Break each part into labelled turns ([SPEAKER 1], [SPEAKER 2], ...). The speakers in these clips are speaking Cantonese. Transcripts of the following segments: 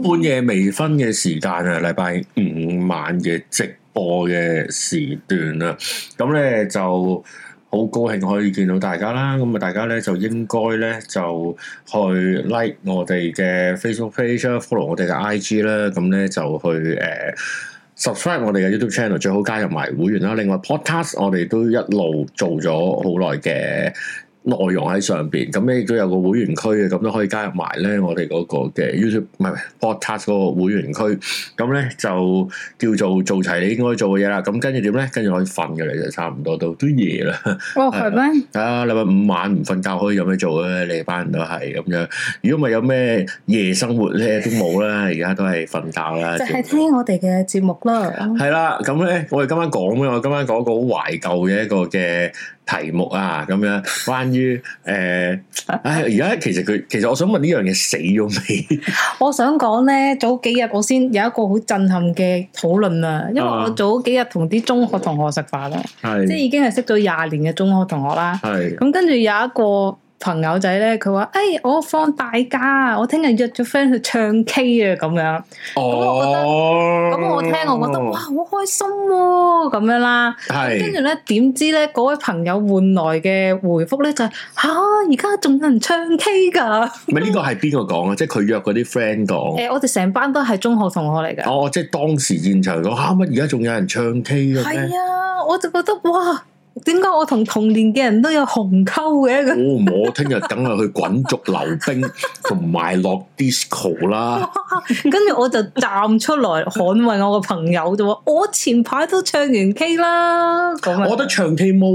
[SPEAKER 1] 半夜微醺嘅時間啊，禮拜五晚嘅直播嘅時段啊，咁咧就好高興可以見到大家啦。咁啊，大家咧就應該咧就去 like 我哋嘅 Facebook page 啦，follow 我哋嘅 IG 啦，咁咧就去誒。呃 subscribe 我哋嘅 YouTube channel，最好加入埋會員啦。另外 podcast 我哋都一路做咗好耐嘅內容喺上邊，咁咧亦都有個會員區嘅，咁都可以加入埋咧我哋嗰個嘅 YouTube 唔係 podcast 嗰個會員區，咁咧就叫做做齊你應該做嘅嘢啦。咁跟住點咧？跟住可以瞓嘅，你就差唔多都都夜啦。
[SPEAKER 2] 哦，係咩？
[SPEAKER 1] 啊，禮拜五晚唔瞓覺可以有咩做啊咧？你哋班人都係咁樣。如果唔係有咩夜生活咧都冇啦，而家都係瞓覺啦。
[SPEAKER 2] 就係聽我哋嘅節目啦。
[SPEAKER 1] 係啦，咁咧，我哋今晚講咩？我今晚講一個好懷舊嘅一個嘅題目啊，咁樣關於誒，唉、而家其實佢，其實我想問呢樣嘢死咗未？
[SPEAKER 2] 我想講咧，早幾日我先有一個好震撼嘅討論啊，因為
[SPEAKER 1] 啊
[SPEAKER 2] 我早幾日同啲中學同學食飯啦，即係
[SPEAKER 1] 係
[SPEAKER 2] 已經係識咗廿年嘅中學同學啦。
[SPEAKER 1] 係
[SPEAKER 2] 咁跟住有一個朋友仔咧，佢話：，誒，我放大假啊，我聽日約咗 friend 去唱 K 啊，咁樣。我覺得
[SPEAKER 1] 哦，
[SPEAKER 2] 咁我聽，我覺得哇，好開心喎，咁樣啦。跟
[SPEAKER 1] 係
[SPEAKER 2] 住咧，點知咧，嗰位朋友換來嘅回覆咧就係、吓，而家仲有人唱 K 㗎？誒、
[SPEAKER 1] 咪呢個係邊個講啊？即係佢約嗰啲 friend 講，
[SPEAKER 2] 我哋成班都係中學同學嚟㗎。
[SPEAKER 1] 哦，即係當時現場講嚇乜？而家仲有人唱 K 嘅咩？
[SPEAKER 2] 係啊，我就覺得哇，點解我同同年嘅人都有鴻溝嘅？咁
[SPEAKER 1] 我唔我聽日梗係去滾軸溜冰同埋落 disco 啦。嗯
[SPEAKER 2] 跟住我就站出來捍衞我個朋友就話：我前排都唱完 K 啦。咁啊
[SPEAKER 1] 我覺得唱 K 毛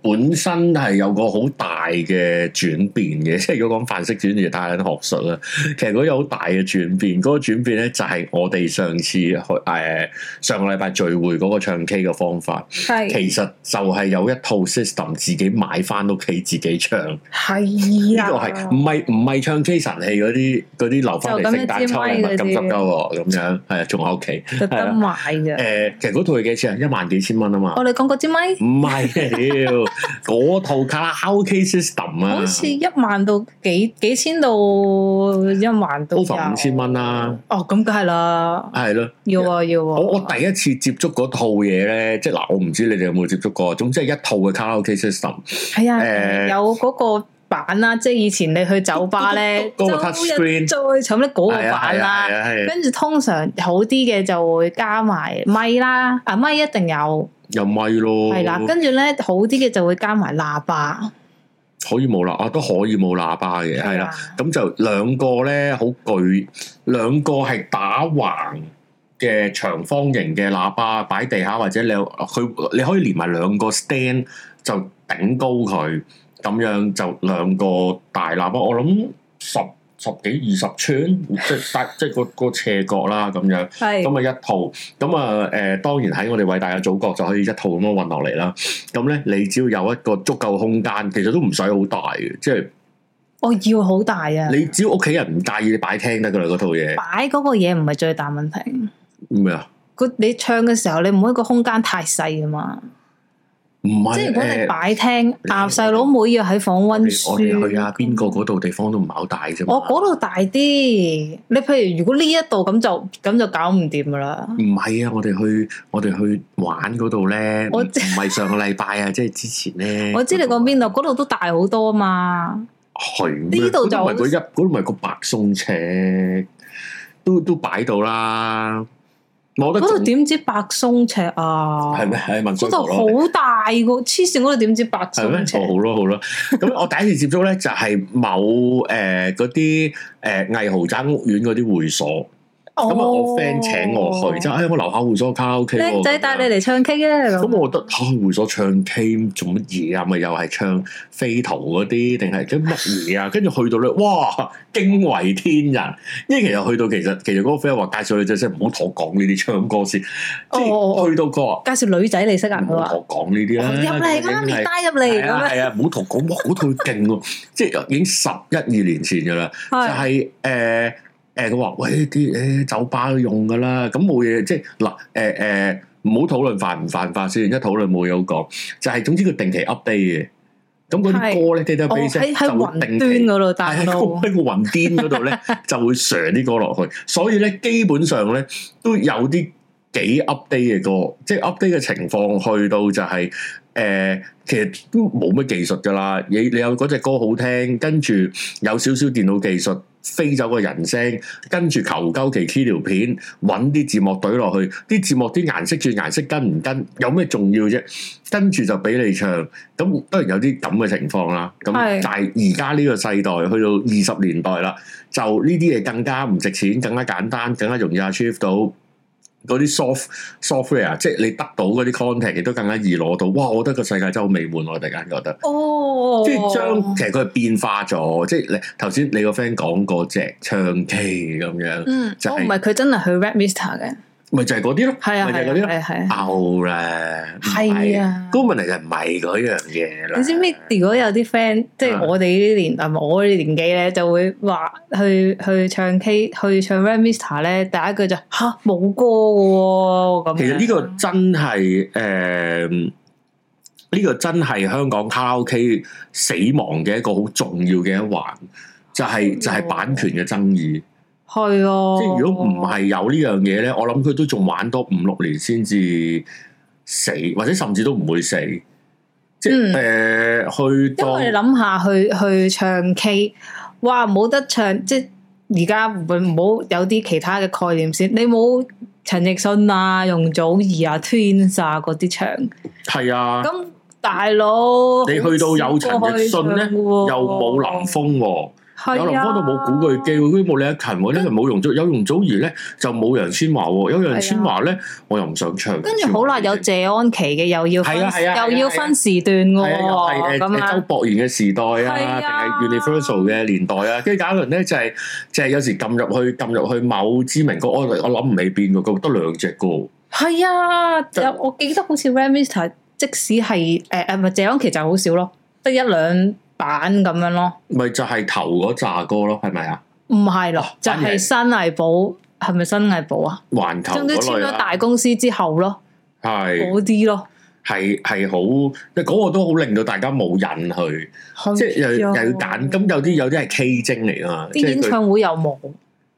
[SPEAKER 1] 本身係有個好大嘅轉變嘅， 即係如果講範式轉移太緊學術啦，其實嗰有好大嘅轉變。嗰、個轉變咧就係我哋上次去誒、呃上個禮拜聚會嗰個唱 K 嘅方法，
[SPEAKER 2] 係
[SPEAKER 1] 其實就係有一套 system 自己買翻屋企自己唱，呢
[SPEAKER 2] 係
[SPEAKER 1] 個係唔
[SPEAKER 2] 啊，
[SPEAKER 1] 係唔係唱 K 神器嗰啲嗰啲留翻嚟
[SPEAKER 2] 就咁一
[SPEAKER 1] 聖誕
[SPEAKER 2] 支
[SPEAKER 1] 抽
[SPEAKER 2] 咪
[SPEAKER 1] 禮物
[SPEAKER 2] 嗰啲
[SPEAKER 1] 咁濕鳩喎，咁樣係啊，仲喺屋企。
[SPEAKER 2] 特登買
[SPEAKER 1] 誒、
[SPEAKER 2] 嘅。
[SPEAKER 1] 其實嗰嗯套係幾錢啊？一萬幾千蚊啊嘛。
[SPEAKER 2] 啊我哋講嗰支咪，
[SPEAKER 1] 唔係啊，屌！嗰套卡拉 OK system 啊
[SPEAKER 2] 好似一萬到幾幾千到一萬到
[SPEAKER 1] ，over 五千蚊啊啦，
[SPEAKER 2] 哦，咁梗係啦，
[SPEAKER 1] 係咯。
[SPEAKER 2] 要啊要啊！
[SPEAKER 1] 我我第一次接觸嗰套嘢咧，即係嗱，我唔知你哋有冇接觸過，總之係一套嘅卡拉 OK system，
[SPEAKER 2] 係啊，
[SPEAKER 1] 誒
[SPEAKER 2] 有嗰個版啦，即係以前你去酒吧咧，
[SPEAKER 1] 嗰
[SPEAKER 2] 周
[SPEAKER 1] 個
[SPEAKER 2] 日
[SPEAKER 1] touchscreen
[SPEAKER 2] 再咁咧嗰個
[SPEAKER 1] 係啊
[SPEAKER 2] 版
[SPEAKER 1] 係啊
[SPEAKER 2] 啦
[SPEAKER 1] 係，啊係啊，
[SPEAKER 2] 跟住通常好啲嘅就會加埋咪啦，啊咪一定有，
[SPEAKER 1] 有咪咯，
[SPEAKER 2] 係啦，跟住咧好啲嘅就會加埋喇叭，
[SPEAKER 1] 可以冇喇啊，都可以冇喇叭嘅，係啦，
[SPEAKER 2] 啊，
[SPEAKER 1] 咁就兩個咧好巨，兩個係打橫。嘅長方形嘅喇叭擺地下，或者你有佢你可以連埋兩個 stand 就頂高佢，咁樣就兩個大喇叭。我諗十十幾二十寸，即係大即係個個斜角啦咁樣。
[SPEAKER 2] 係
[SPEAKER 1] 咁啊一套，咁啊誒當然喺我哋偉大嘅祖國就可以一套咁樣運落嚟啦。咁咧你只要有一個足夠空間，其實都唔使好大嘅，即係
[SPEAKER 2] 我要好大啊！
[SPEAKER 1] 你只要屋企人唔介意，你擺廳得噶啦嗰套嘢。
[SPEAKER 2] 擺嗰個嘢唔係最大問題，
[SPEAKER 1] 咩啊？
[SPEAKER 2] 佢你唱嘅時候你唔好一個空間太細啊嘛，
[SPEAKER 1] 唔係
[SPEAKER 2] 即係如果
[SPEAKER 1] 誒
[SPEAKER 2] 你擺廳，啊
[SPEAKER 1] 你
[SPEAKER 2] 細佬妹要喺房溫
[SPEAKER 1] 我哋去
[SPEAKER 2] 書
[SPEAKER 1] 啊，。邊個嗰度地方都唔係好大啫嘛。
[SPEAKER 2] 我嗰度大啲，你譬如如果呢一度咁就咁就搞唔掂噶啦。
[SPEAKER 1] 唔係啊，我哋去我哋去玩嗰度咧，唔
[SPEAKER 2] 我
[SPEAKER 1] 唔係上個禮拜啊，即係之前 咧。
[SPEAKER 2] 我知你講邊度，嗰度都大好多嘛。
[SPEAKER 1] 係
[SPEAKER 2] 呢度就
[SPEAKER 1] 唔係個一，嗰度咪個白松尺，都都擺到啦。我覺得
[SPEAKER 2] 嗰度
[SPEAKER 1] 仲
[SPEAKER 2] 點知白松尺啊？
[SPEAKER 1] 係咩？？係問
[SPEAKER 2] 嗰
[SPEAKER 1] 水
[SPEAKER 2] 度
[SPEAKER 1] 婆咯。
[SPEAKER 2] 好大個，黐線嗰度點知白
[SPEAKER 1] 係咩
[SPEAKER 2] 松？尺？
[SPEAKER 1] 哦，好咯，好咯。咁我第一次接觸咧，就係某誒嗰啲誒藝豪宅屋苑嗰啲會所。
[SPEAKER 2] 哦
[SPEAKER 1] 咁啊，我 friend 請我去，即係哎，我樓下會所卡拉 OK 喎。
[SPEAKER 2] 靚仔
[SPEAKER 1] 咁樣
[SPEAKER 2] 帶你嚟唱 K 啊！
[SPEAKER 1] 咁我覺得嚇、會所唱 K 做乜嘢啊？咪又係唱飛圖嗰啲，定係啲乜嘢啊？跟住去到咧，哇！驚為天人，因為其實去到其實其實嗰個 friend 話介紹女仔先，唔好同我講呢啲唱歌先，即
[SPEAKER 2] 哦哦
[SPEAKER 1] 係
[SPEAKER 2] 哦
[SPEAKER 1] 去到個唔
[SPEAKER 2] 介紹女仔嚟識啊！佢
[SPEAKER 1] 好
[SPEAKER 2] 話哦
[SPEAKER 1] 同我講呢啲啦，
[SPEAKER 2] 入嚟，媽
[SPEAKER 1] 已經
[SPEAKER 2] 咪
[SPEAKER 1] 係啊
[SPEAKER 2] 帶入嚟
[SPEAKER 1] 係啊
[SPEAKER 2] 咁
[SPEAKER 1] 係啊，唔好同我講，哇！嗰套勁喎，即係已經十一二年前㗎啦。就
[SPEAKER 2] 樣。
[SPEAKER 1] 係啊誒誒，佢話喂啲誒酒吧都用噶啦，咁冇嘢，即係嗱呃誒誒，唔好討論犯唔犯法先，一討論冇嘢好講。就係、總之佢定期 update 嘅，咁嗰啲
[SPEAKER 2] 係
[SPEAKER 1] 歌咧 d a t a
[SPEAKER 2] 哦
[SPEAKER 1] b a s
[SPEAKER 2] 喺
[SPEAKER 1] e
[SPEAKER 2] 喺
[SPEAKER 1] 就
[SPEAKER 2] 雲
[SPEAKER 1] 會定
[SPEAKER 2] 端
[SPEAKER 1] 期
[SPEAKER 2] 嗰度
[SPEAKER 1] 係啊
[SPEAKER 2] 大
[SPEAKER 1] 喺個
[SPEAKER 2] 路，
[SPEAKER 1] 喺個雲端嗰度咧， 就會上啲歌落去，所以咧基本上咧都有啲幾 update 嘅歌，即係 update 嘅情況去到就係、呃其實都冇乜技術㗎啦。你你有嗰隻歌好聽，跟住有少少電腦技術飛走個人聲，跟住求鳩其 key 條片，揾啲字幕懟落去，啲字幕啲顏色轉顏色跟唔跟，有咩重要啫？跟住就俾你唱，咁當然有啲咁嘅情況啦。咁
[SPEAKER 2] 係
[SPEAKER 1] 但係而家呢個世代去到二十年代啦，就呢啲嘢更加唔值錢，更加簡單，更加容易 achieve 到嗰啲 soft software，即係你得到嗰啲 content 亦都更加易攞到。哇！我覺得個世界真係好美滿，我突然間覺得。
[SPEAKER 2] 哦，
[SPEAKER 1] 即係將其實佢係變化咗，即係你頭先你個 friend 講嗰隻唱 K 咁樣，
[SPEAKER 2] 嗯，
[SPEAKER 1] 就係
[SPEAKER 2] 哦唔係佢真係去 rap Mister 嘅，
[SPEAKER 1] 咪就係嗰啲咯，
[SPEAKER 2] 係啊
[SPEAKER 1] 咪就係嗰
[SPEAKER 2] 係
[SPEAKER 1] 啲
[SPEAKER 2] 啊
[SPEAKER 1] 咯，
[SPEAKER 2] 係啊係啊，
[SPEAKER 1] 牛啦，唔
[SPEAKER 2] 係啊
[SPEAKER 1] 高文嚟就唔係嗰樣嘢啦。
[SPEAKER 2] 你知唔知？如果有啲 friend 即係
[SPEAKER 1] 啊
[SPEAKER 2] 我哋呢啲年代，唔係我呢啲年紀咧，就會話去去唱 K，去唱 Red Mister 咧，第一句就吓冇歌嘅喎咁樣。
[SPEAKER 1] 其實呢個真係誒，呢個真係香港卡拉 OK 死亡嘅一個好重要嘅一環，就係就係版權嘅爭議。
[SPEAKER 2] 係啊，
[SPEAKER 1] 即係如果唔係有呢樣嘢咧，我諗佢都仲玩多五六年先至死，或者甚至都唔會死。即係誒、
[SPEAKER 2] 嗯
[SPEAKER 1] 呃去
[SPEAKER 2] 因
[SPEAKER 1] 到
[SPEAKER 2] 為你諗下去去唱 K，哇冇得唱，即係而家唔好有啲其他嘅概念先。你冇陳奕迅啊、容祖兒啊、Twins 啊嗰啲唱，
[SPEAKER 1] 係啊，
[SPEAKER 2] 咁大佬
[SPEAKER 1] 你去到有陳奕迅咧，又冇林峰喎、
[SPEAKER 2] 係啊，
[SPEAKER 1] 有林峰都冇古巨基喎，跟住冇李克勤喎，呢個冇容祖，有容祖兒咧就冇楊千嬅喎，有楊千嬅咧我又唔想唱。
[SPEAKER 2] 啊跟住好啦，有謝安琪嘅又要分
[SPEAKER 1] 係啊係啊係啊
[SPEAKER 2] 又要分時段嘅
[SPEAKER 1] 係啊，又
[SPEAKER 2] 喎，
[SPEAKER 1] 係誒
[SPEAKER 2] 哦咁
[SPEAKER 1] 誒周
[SPEAKER 2] 啊，
[SPEAKER 1] 博賢嘅時代
[SPEAKER 2] 係
[SPEAKER 1] 啊，
[SPEAKER 2] 啊
[SPEAKER 1] 定係 Universal 嘅年代啊，跟住搞一輪咧就係就係有時撳入去撳入去某知名歌，我我諗唔起邊個歌，得兩隻歌，
[SPEAKER 2] 係啊，
[SPEAKER 1] 就
[SPEAKER 2] 有我記得好似 Remista，即使係誒誒，唔係謝安琪就好少咯，得一兩版咁樣咯，
[SPEAKER 1] 咪就係頭嗰扎歌咯，係咪啊？
[SPEAKER 2] 唔係咯
[SPEAKER 1] 哦，
[SPEAKER 2] 就
[SPEAKER 1] 反而係
[SPEAKER 2] 係新藝寶。係咪新藝寶啊？
[SPEAKER 1] 環球
[SPEAKER 2] 總之
[SPEAKER 1] 嗰
[SPEAKER 2] 簽
[SPEAKER 1] 類
[SPEAKER 2] 咗
[SPEAKER 1] 啊，
[SPEAKER 2] 大公司之後咯，
[SPEAKER 1] 係
[SPEAKER 2] 嗰啲咯，
[SPEAKER 1] 係係好，即係嗰個都好令到大家冇癮去，即係又又要揀，咁有啲有啲係 K 精嚟啊，即
[SPEAKER 2] 啊啲演
[SPEAKER 1] 係佢
[SPEAKER 2] 唱會又冇，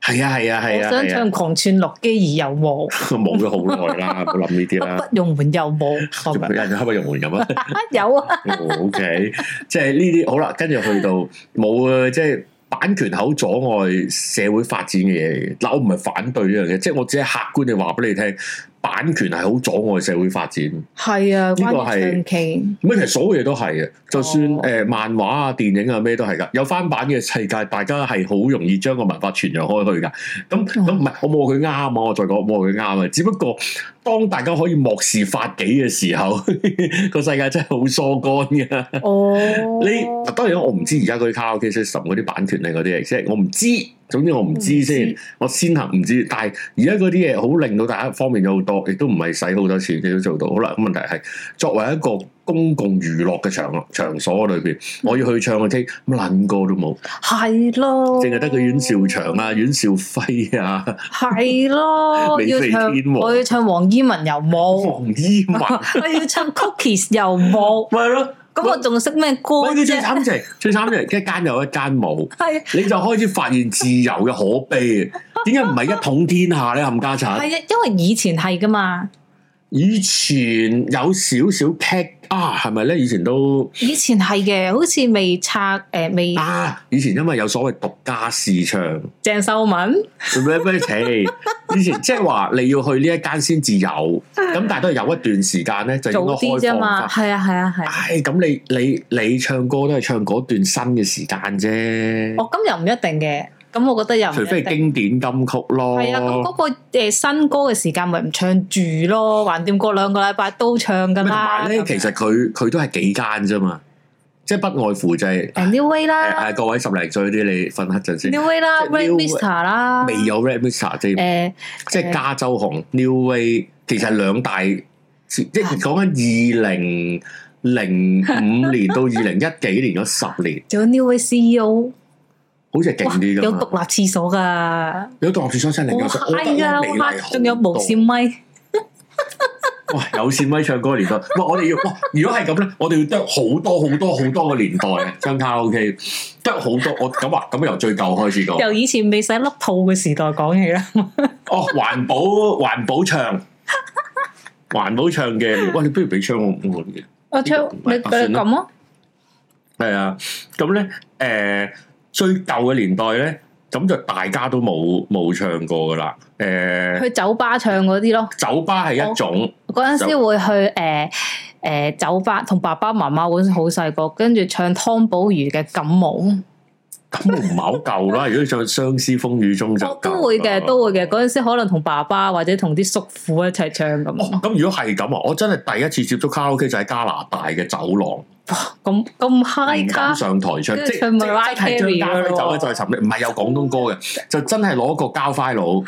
[SPEAKER 1] 係啊係啊係
[SPEAKER 2] 我
[SPEAKER 1] 啊
[SPEAKER 2] 想
[SPEAKER 1] 係
[SPEAKER 2] 唱
[SPEAKER 1] 啊，
[SPEAKER 2] 狂串樂基兒又冇，
[SPEAKER 1] 冇咗好耐啦，唔好諗呢啲 啦
[SPEAKER 2] 不，不用換又冇， 咁
[SPEAKER 1] 有
[SPEAKER 2] 樣
[SPEAKER 1] 人黑咪用門咁啊。
[SPEAKER 2] 啊 有啊。
[SPEAKER 1] O K，即係呢啲好啦，跟住去到冇啊，即係版權口阻礙社會發展嘅嘢嚟嘅。嗱，我唔係反對呢樣嘢，即係我只係客觀地話俾你聽，版權係好阻礙社會發展。
[SPEAKER 2] 係啊，
[SPEAKER 1] 個
[SPEAKER 2] 關於
[SPEAKER 1] 係
[SPEAKER 2] 唱 K，
[SPEAKER 1] 咁其實所有嘢都係嘅，就算誒、
[SPEAKER 2] 哦
[SPEAKER 1] 呃漫畫啊、電影啊咩都係噶，有翻版嘅世界，大家係好容易將個文化傳揚開去噶。咁咁唔係，我冇話佢啱啊，我再講我冇話佢啱啊。只不過當大家可以漠視法紀嘅時候， 個世界真係好疏乾嘅。
[SPEAKER 2] 哦，
[SPEAKER 1] 你當然我唔知而家嗰啲卡拉 OK system 嗰啲版權係嗰啲嘢，即係我唔知。總之我唔知
[SPEAKER 2] 唔
[SPEAKER 1] 先
[SPEAKER 2] 知，
[SPEAKER 1] 我先行唔知。但係而家嗰啲嘢好令到大家方便咗好多，亦都唔係使好多錢，亦都做到。好啦，咁問題係作為一個公共娛樂嘅場場所裏邊，我要去唱個 K，乜撚歌都冇，
[SPEAKER 2] 係咯，
[SPEAKER 1] 淨係得個阮兆祥啊、阮兆輝啊、
[SPEAKER 2] 係咯，
[SPEAKER 1] 李
[SPEAKER 2] 要
[SPEAKER 1] 飛
[SPEAKER 2] 唱
[SPEAKER 1] 天王
[SPEAKER 2] 我要唱黃依文又冇，
[SPEAKER 1] 黃依文，
[SPEAKER 2] 我要唱 Cookies 又冇，
[SPEAKER 1] 咪係咯。
[SPEAKER 2] 咁我仲識咩歌
[SPEAKER 1] 喂，佢最
[SPEAKER 2] 啫？
[SPEAKER 1] 慘就係最慘就係一間有一間冇。
[SPEAKER 2] 係
[SPEAKER 1] 你就開始發現自由嘅可悲，點解唔係一統天下咧？冚家
[SPEAKER 2] 係啊，
[SPEAKER 1] 產，
[SPEAKER 2] 因為以前係噶嘛，
[SPEAKER 1] 以前有少少劇啊，係咪咧？以前都
[SPEAKER 2] 以前係嘅，好似未拆誒未
[SPEAKER 1] 啊，以前因為有所謂獨家市場，
[SPEAKER 2] 鄭秀文
[SPEAKER 1] 咩咩切以前即係話你要去呢一間先至有，咁但係都係有一段時間咧就
[SPEAKER 2] 早
[SPEAKER 1] 應該
[SPEAKER 2] 啲
[SPEAKER 1] 開
[SPEAKER 2] 啫
[SPEAKER 1] 放
[SPEAKER 2] 嘛，
[SPEAKER 1] 翻。
[SPEAKER 2] 係啊係啊係啊。
[SPEAKER 1] 唉，咁你你你唱歌都係唱嗰段新嘅時間啫，
[SPEAKER 2] 哦，咁又唔一定嘅，咁我覺得又唔
[SPEAKER 1] 除非
[SPEAKER 2] 一
[SPEAKER 1] 係
[SPEAKER 2] 定。
[SPEAKER 1] 經典金曲咯。
[SPEAKER 2] 係啊，咁嗰、個誒新歌嘅時間咪唔唱住咯，橫掂過兩個禮拜都唱噶
[SPEAKER 1] 同
[SPEAKER 2] 啦。
[SPEAKER 1] 埋咧，
[SPEAKER 2] 咁樣啊
[SPEAKER 1] 其實佢佢都係幾間啫嘛，即係不外乎就係、誒
[SPEAKER 2] anyway 啦
[SPEAKER 1] 誒各位十零歲啲，你瞓黑陣先。
[SPEAKER 2] ，anyway 啦
[SPEAKER 1] 即係
[SPEAKER 2] ，Red
[SPEAKER 1] New-
[SPEAKER 2] Mister 啦，
[SPEAKER 1] 未有 Red Mister 即係
[SPEAKER 2] 誒
[SPEAKER 1] 即係加州紅 New Way，其實係兩大即係
[SPEAKER 2] 啊
[SPEAKER 1] 講緊二零零五年到二零一幾年嗰十年，
[SPEAKER 2] 仲有 New Way CEO，
[SPEAKER 1] 好似係勁
[SPEAKER 2] 哇，
[SPEAKER 1] 啲
[SPEAKER 2] 有
[SPEAKER 1] 㗎嘛
[SPEAKER 2] 獨立廁所噶，
[SPEAKER 1] 有獨立廁所真係另一個，
[SPEAKER 2] 好啊
[SPEAKER 1] 我覺得
[SPEAKER 2] 嗨噶，
[SPEAKER 1] 歐美
[SPEAKER 2] 好
[SPEAKER 1] 麗
[SPEAKER 2] 嗨，
[SPEAKER 1] 好
[SPEAKER 2] 仲有無
[SPEAKER 1] 多
[SPEAKER 2] 線咪，
[SPEAKER 1] 哇！有線咪唱歌年代，哇！我哋要哇！如果係咁咧，我哋要得好多好多好多個年代啊！唱卡拉 OK 得好多，我咁啊，咁由最舊開始講。
[SPEAKER 2] 由以前未使粒套嘅時代講起啦。
[SPEAKER 1] 哦，環保環保唱，環保唱嘅，哇！你不如俾槍我我嘅。
[SPEAKER 2] 我唱你你
[SPEAKER 1] 算啦
[SPEAKER 2] 咁啊，
[SPEAKER 1] 係啊，咁咧誒最舊嘅年代咧，咁就大家都冇冇唱過噶啦。誒、
[SPEAKER 2] 去酒吧唱嗰啲咯。
[SPEAKER 1] 酒吧係一種，
[SPEAKER 2] 嗰陣時會去誒誒酒吧，同爸爸媽媽嗰陣好細個，跟住唱湯寶如嘅《感冒》，
[SPEAKER 1] 咁唔係好舊啦。如果你唱《相思風雨中》就
[SPEAKER 2] 我都會嘅，
[SPEAKER 1] 舊啦
[SPEAKER 2] 都會嘅。嗰陣時可能同爸爸或者同啲叔父一齊唱咁
[SPEAKER 1] 哦，
[SPEAKER 2] 咯，
[SPEAKER 1] 咁如果係咁啊，我真係第一次接觸卡拉 OK 就喺加拿大嘅走廊，
[SPEAKER 2] 咁咁
[SPEAKER 1] 唔
[SPEAKER 2] high
[SPEAKER 1] 敢
[SPEAKER 2] 卡，
[SPEAKER 1] 上台唱，
[SPEAKER 2] 跟
[SPEAKER 1] 即
[SPEAKER 2] 住
[SPEAKER 1] 係
[SPEAKER 2] 唱
[SPEAKER 1] 真係
[SPEAKER 2] Mariah
[SPEAKER 1] 張
[SPEAKER 2] Carey
[SPEAKER 1] 家輝走
[SPEAKER 2] 咯
[SPEAKER 1] 咧再尋咧，唔係有廣東歌嘅，就真係攞個膠 file 攞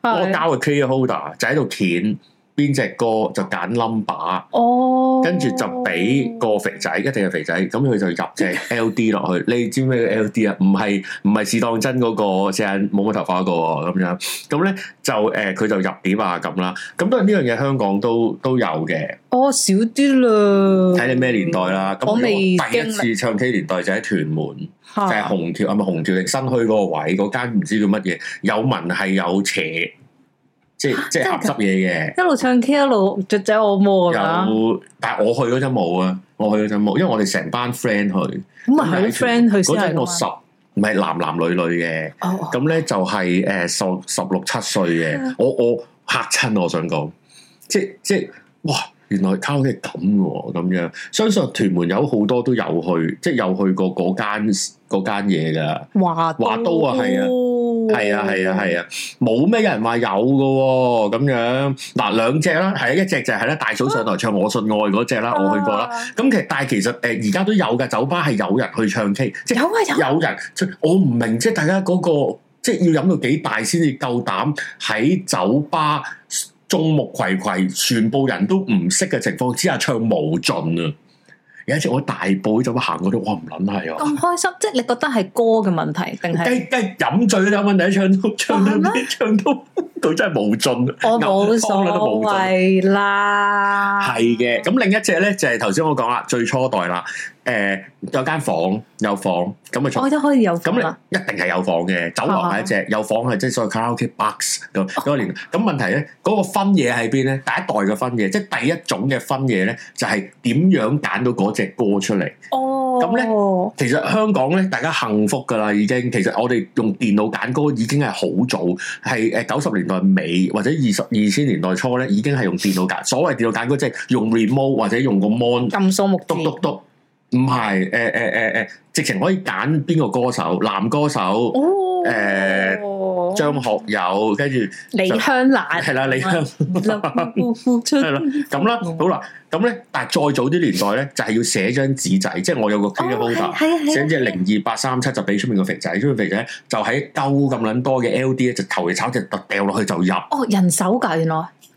[SPEAKER 1] 個
[SPEAKER 2] 係
[SPEAKER 1] 膠嘅 key holder 就喺度鉗邊只歌就揀 number。
[SPEAKER 2] 哦，
[SPEAKER 1] 跟住就俾個肥仔，一定係肥仔，咁佢就入隻 LD 落去。你知唔知咩叫 LD 啊？唔係唔係試當真嗰、個，成日冇乜頭髮嗰、個咁樣。咁咧就誒，佢、就入碟啊咁啦。咁當然呢樣嘢香港都都有嘅，
[SPEAKER 2] 哦少啲啦，
[SPEAKER 1] 睇你咩年代啦。咁
[SPEAKER 2] 嗯我未
[SPEAKER 1] 如果第
[SPEAKER 2] 經啊
[SPEAKER 1] 一次唱 K 年代就喺屯門，就係
[SPEAKER 2] 嚇，
[SPEAKER 1] 紅條係咪紅條力新墟嗰個位嗰間唔知叫乜嘢，有文係有邪，即係即係
[SPEAKER 2] 啊真係㗎
[SPEAKER 1] 鹹濕嘢嘅。
[SPEAKER 2] 一路唱 K 一路雀仔按摩咁啊，
[SPEAKER 1] 有，但係我去嗰陣冇啊，我去嗰陣冇，因為我哋成班 friend 去，
[SPEAKER 2] 咁啊咪係啲 friend 去先
[SPEAKER 1] 嗰
[SPEAKER 2] 係
[SPEAKER 1] 陣
[SPEAKER 2] 㗎
[SPEAKER 1] 我
[SPEAKER 2] 嘛
[SPEAKER 1] 十唔係男男女女嘅，
[SPEAKER 2] 哦哦
[SPEAKER 1] 咁咧就係誒十十六七歲嘅，我我嚇親我想講，即即哇原來卡拉 OK 係咁喎咁樣，相信屯門有好多都有去，即係有去過嗰間嗰間嘢㗎。
[SPEAKER 2] 華
[SPEAKER 1] 華都啊係啊係啊係啊係啊，冇咩人話有嘅喎，咁樣嗱兩隻啦，係啊一隻就係咧大嫂上台唱《我信愛》嗰隻啦，我去過啦。
[SPEAKER 2] 啊
[SPEAKER 1] 咁其實但係其實呃誒而家都有嘅酒吧係有人去唱 K，即係
[SPEAKER 2] 有啊有啊
[SPEAKER 1] 有人，即係我唔明即係大家嗰、個即係要飲到幾大先至夠膽喺酒吧眾目睽睽，全部人都唔識嘅情況之下唱無盡啊！有一次我喺大埔酒吧行過都，哇唔撚係啊！
[SPEAKER 2] 咁開心，即係你覺得係歌嘅問題 定係？
[SPEAKER 1] 雞雞飲醉啦，問題唱到 唱到唱到佢真係無盡啊，
[SPEAKER 2] 我冇所
[SPEAKER 1] 牛湯都無盡
[SPEAKER 2] 謂啦，
[SPEAKER 1] 係嘅，咁另一隻咧就係頭先我講啦，最初代啦，誒、有間房有房咁啊咪坐
[SPEAKER 2] 我，都可以有
[SPEAKER 1] 咁
[SPEAKER 2] 咁啦。
[SPEAKER 1] 你一定係有房嘅，走廊係一隻，有房係即係所謂卡拉 OK box 咁嗰個年代。咁問題咧，嗰、個分嘢喺邊咧？第一代嘅分嘢，即係第一種嘅分嘢咧，就係點樣揀到嗰隻歌出嚟。
[SPEAKER 2] 哦，
[SPEAKER 1] 咁呢
[SPEAKER 2] 咧
[SPEAKER 1] 其實香港咧，大家幸福噶啦，已經。其實我哋用電腦揀歌已經係好早，係誒九十年代尾或者二十二千年代初咧，已經係用電腦揀。所謂電腦揀歌，即係用 remote 或者用個 mon
[SPEAKER 2] 撳數目字
[SPEAKER 1] 篤篤篤，唔係誒誒誒誒，直情可以揀邊個歌手，男歌手
[SPEAKER 2] 哦，
[SPEAKER 1] 誒張學友，跟住
[SPEAKER 2] 李香蘭
[SPEAKER 1] 係啦李香
[SPEAKER 2] 付出
[SPEAKER 1] 係啦咁啦，
[SPEAKER 2] 嗯
[SPEAKER 1] 好啦，咁咧，但係再早啲年代咧，就係、要寫張紙仔，即係我有個 key
[SPEAKER 2] 哦係
[SPEAKER 1] holder。
[SPEAKER 2] 係係啊
[SPEAKER 1] 寫隻零二八三七就俾出面個肥仔，出面肥仔就喺鳩咁撚多嘅 LD 咧，就頭嘅炒隻突掉落去就入。
[SPEAKER 2] 哦人手㗎原來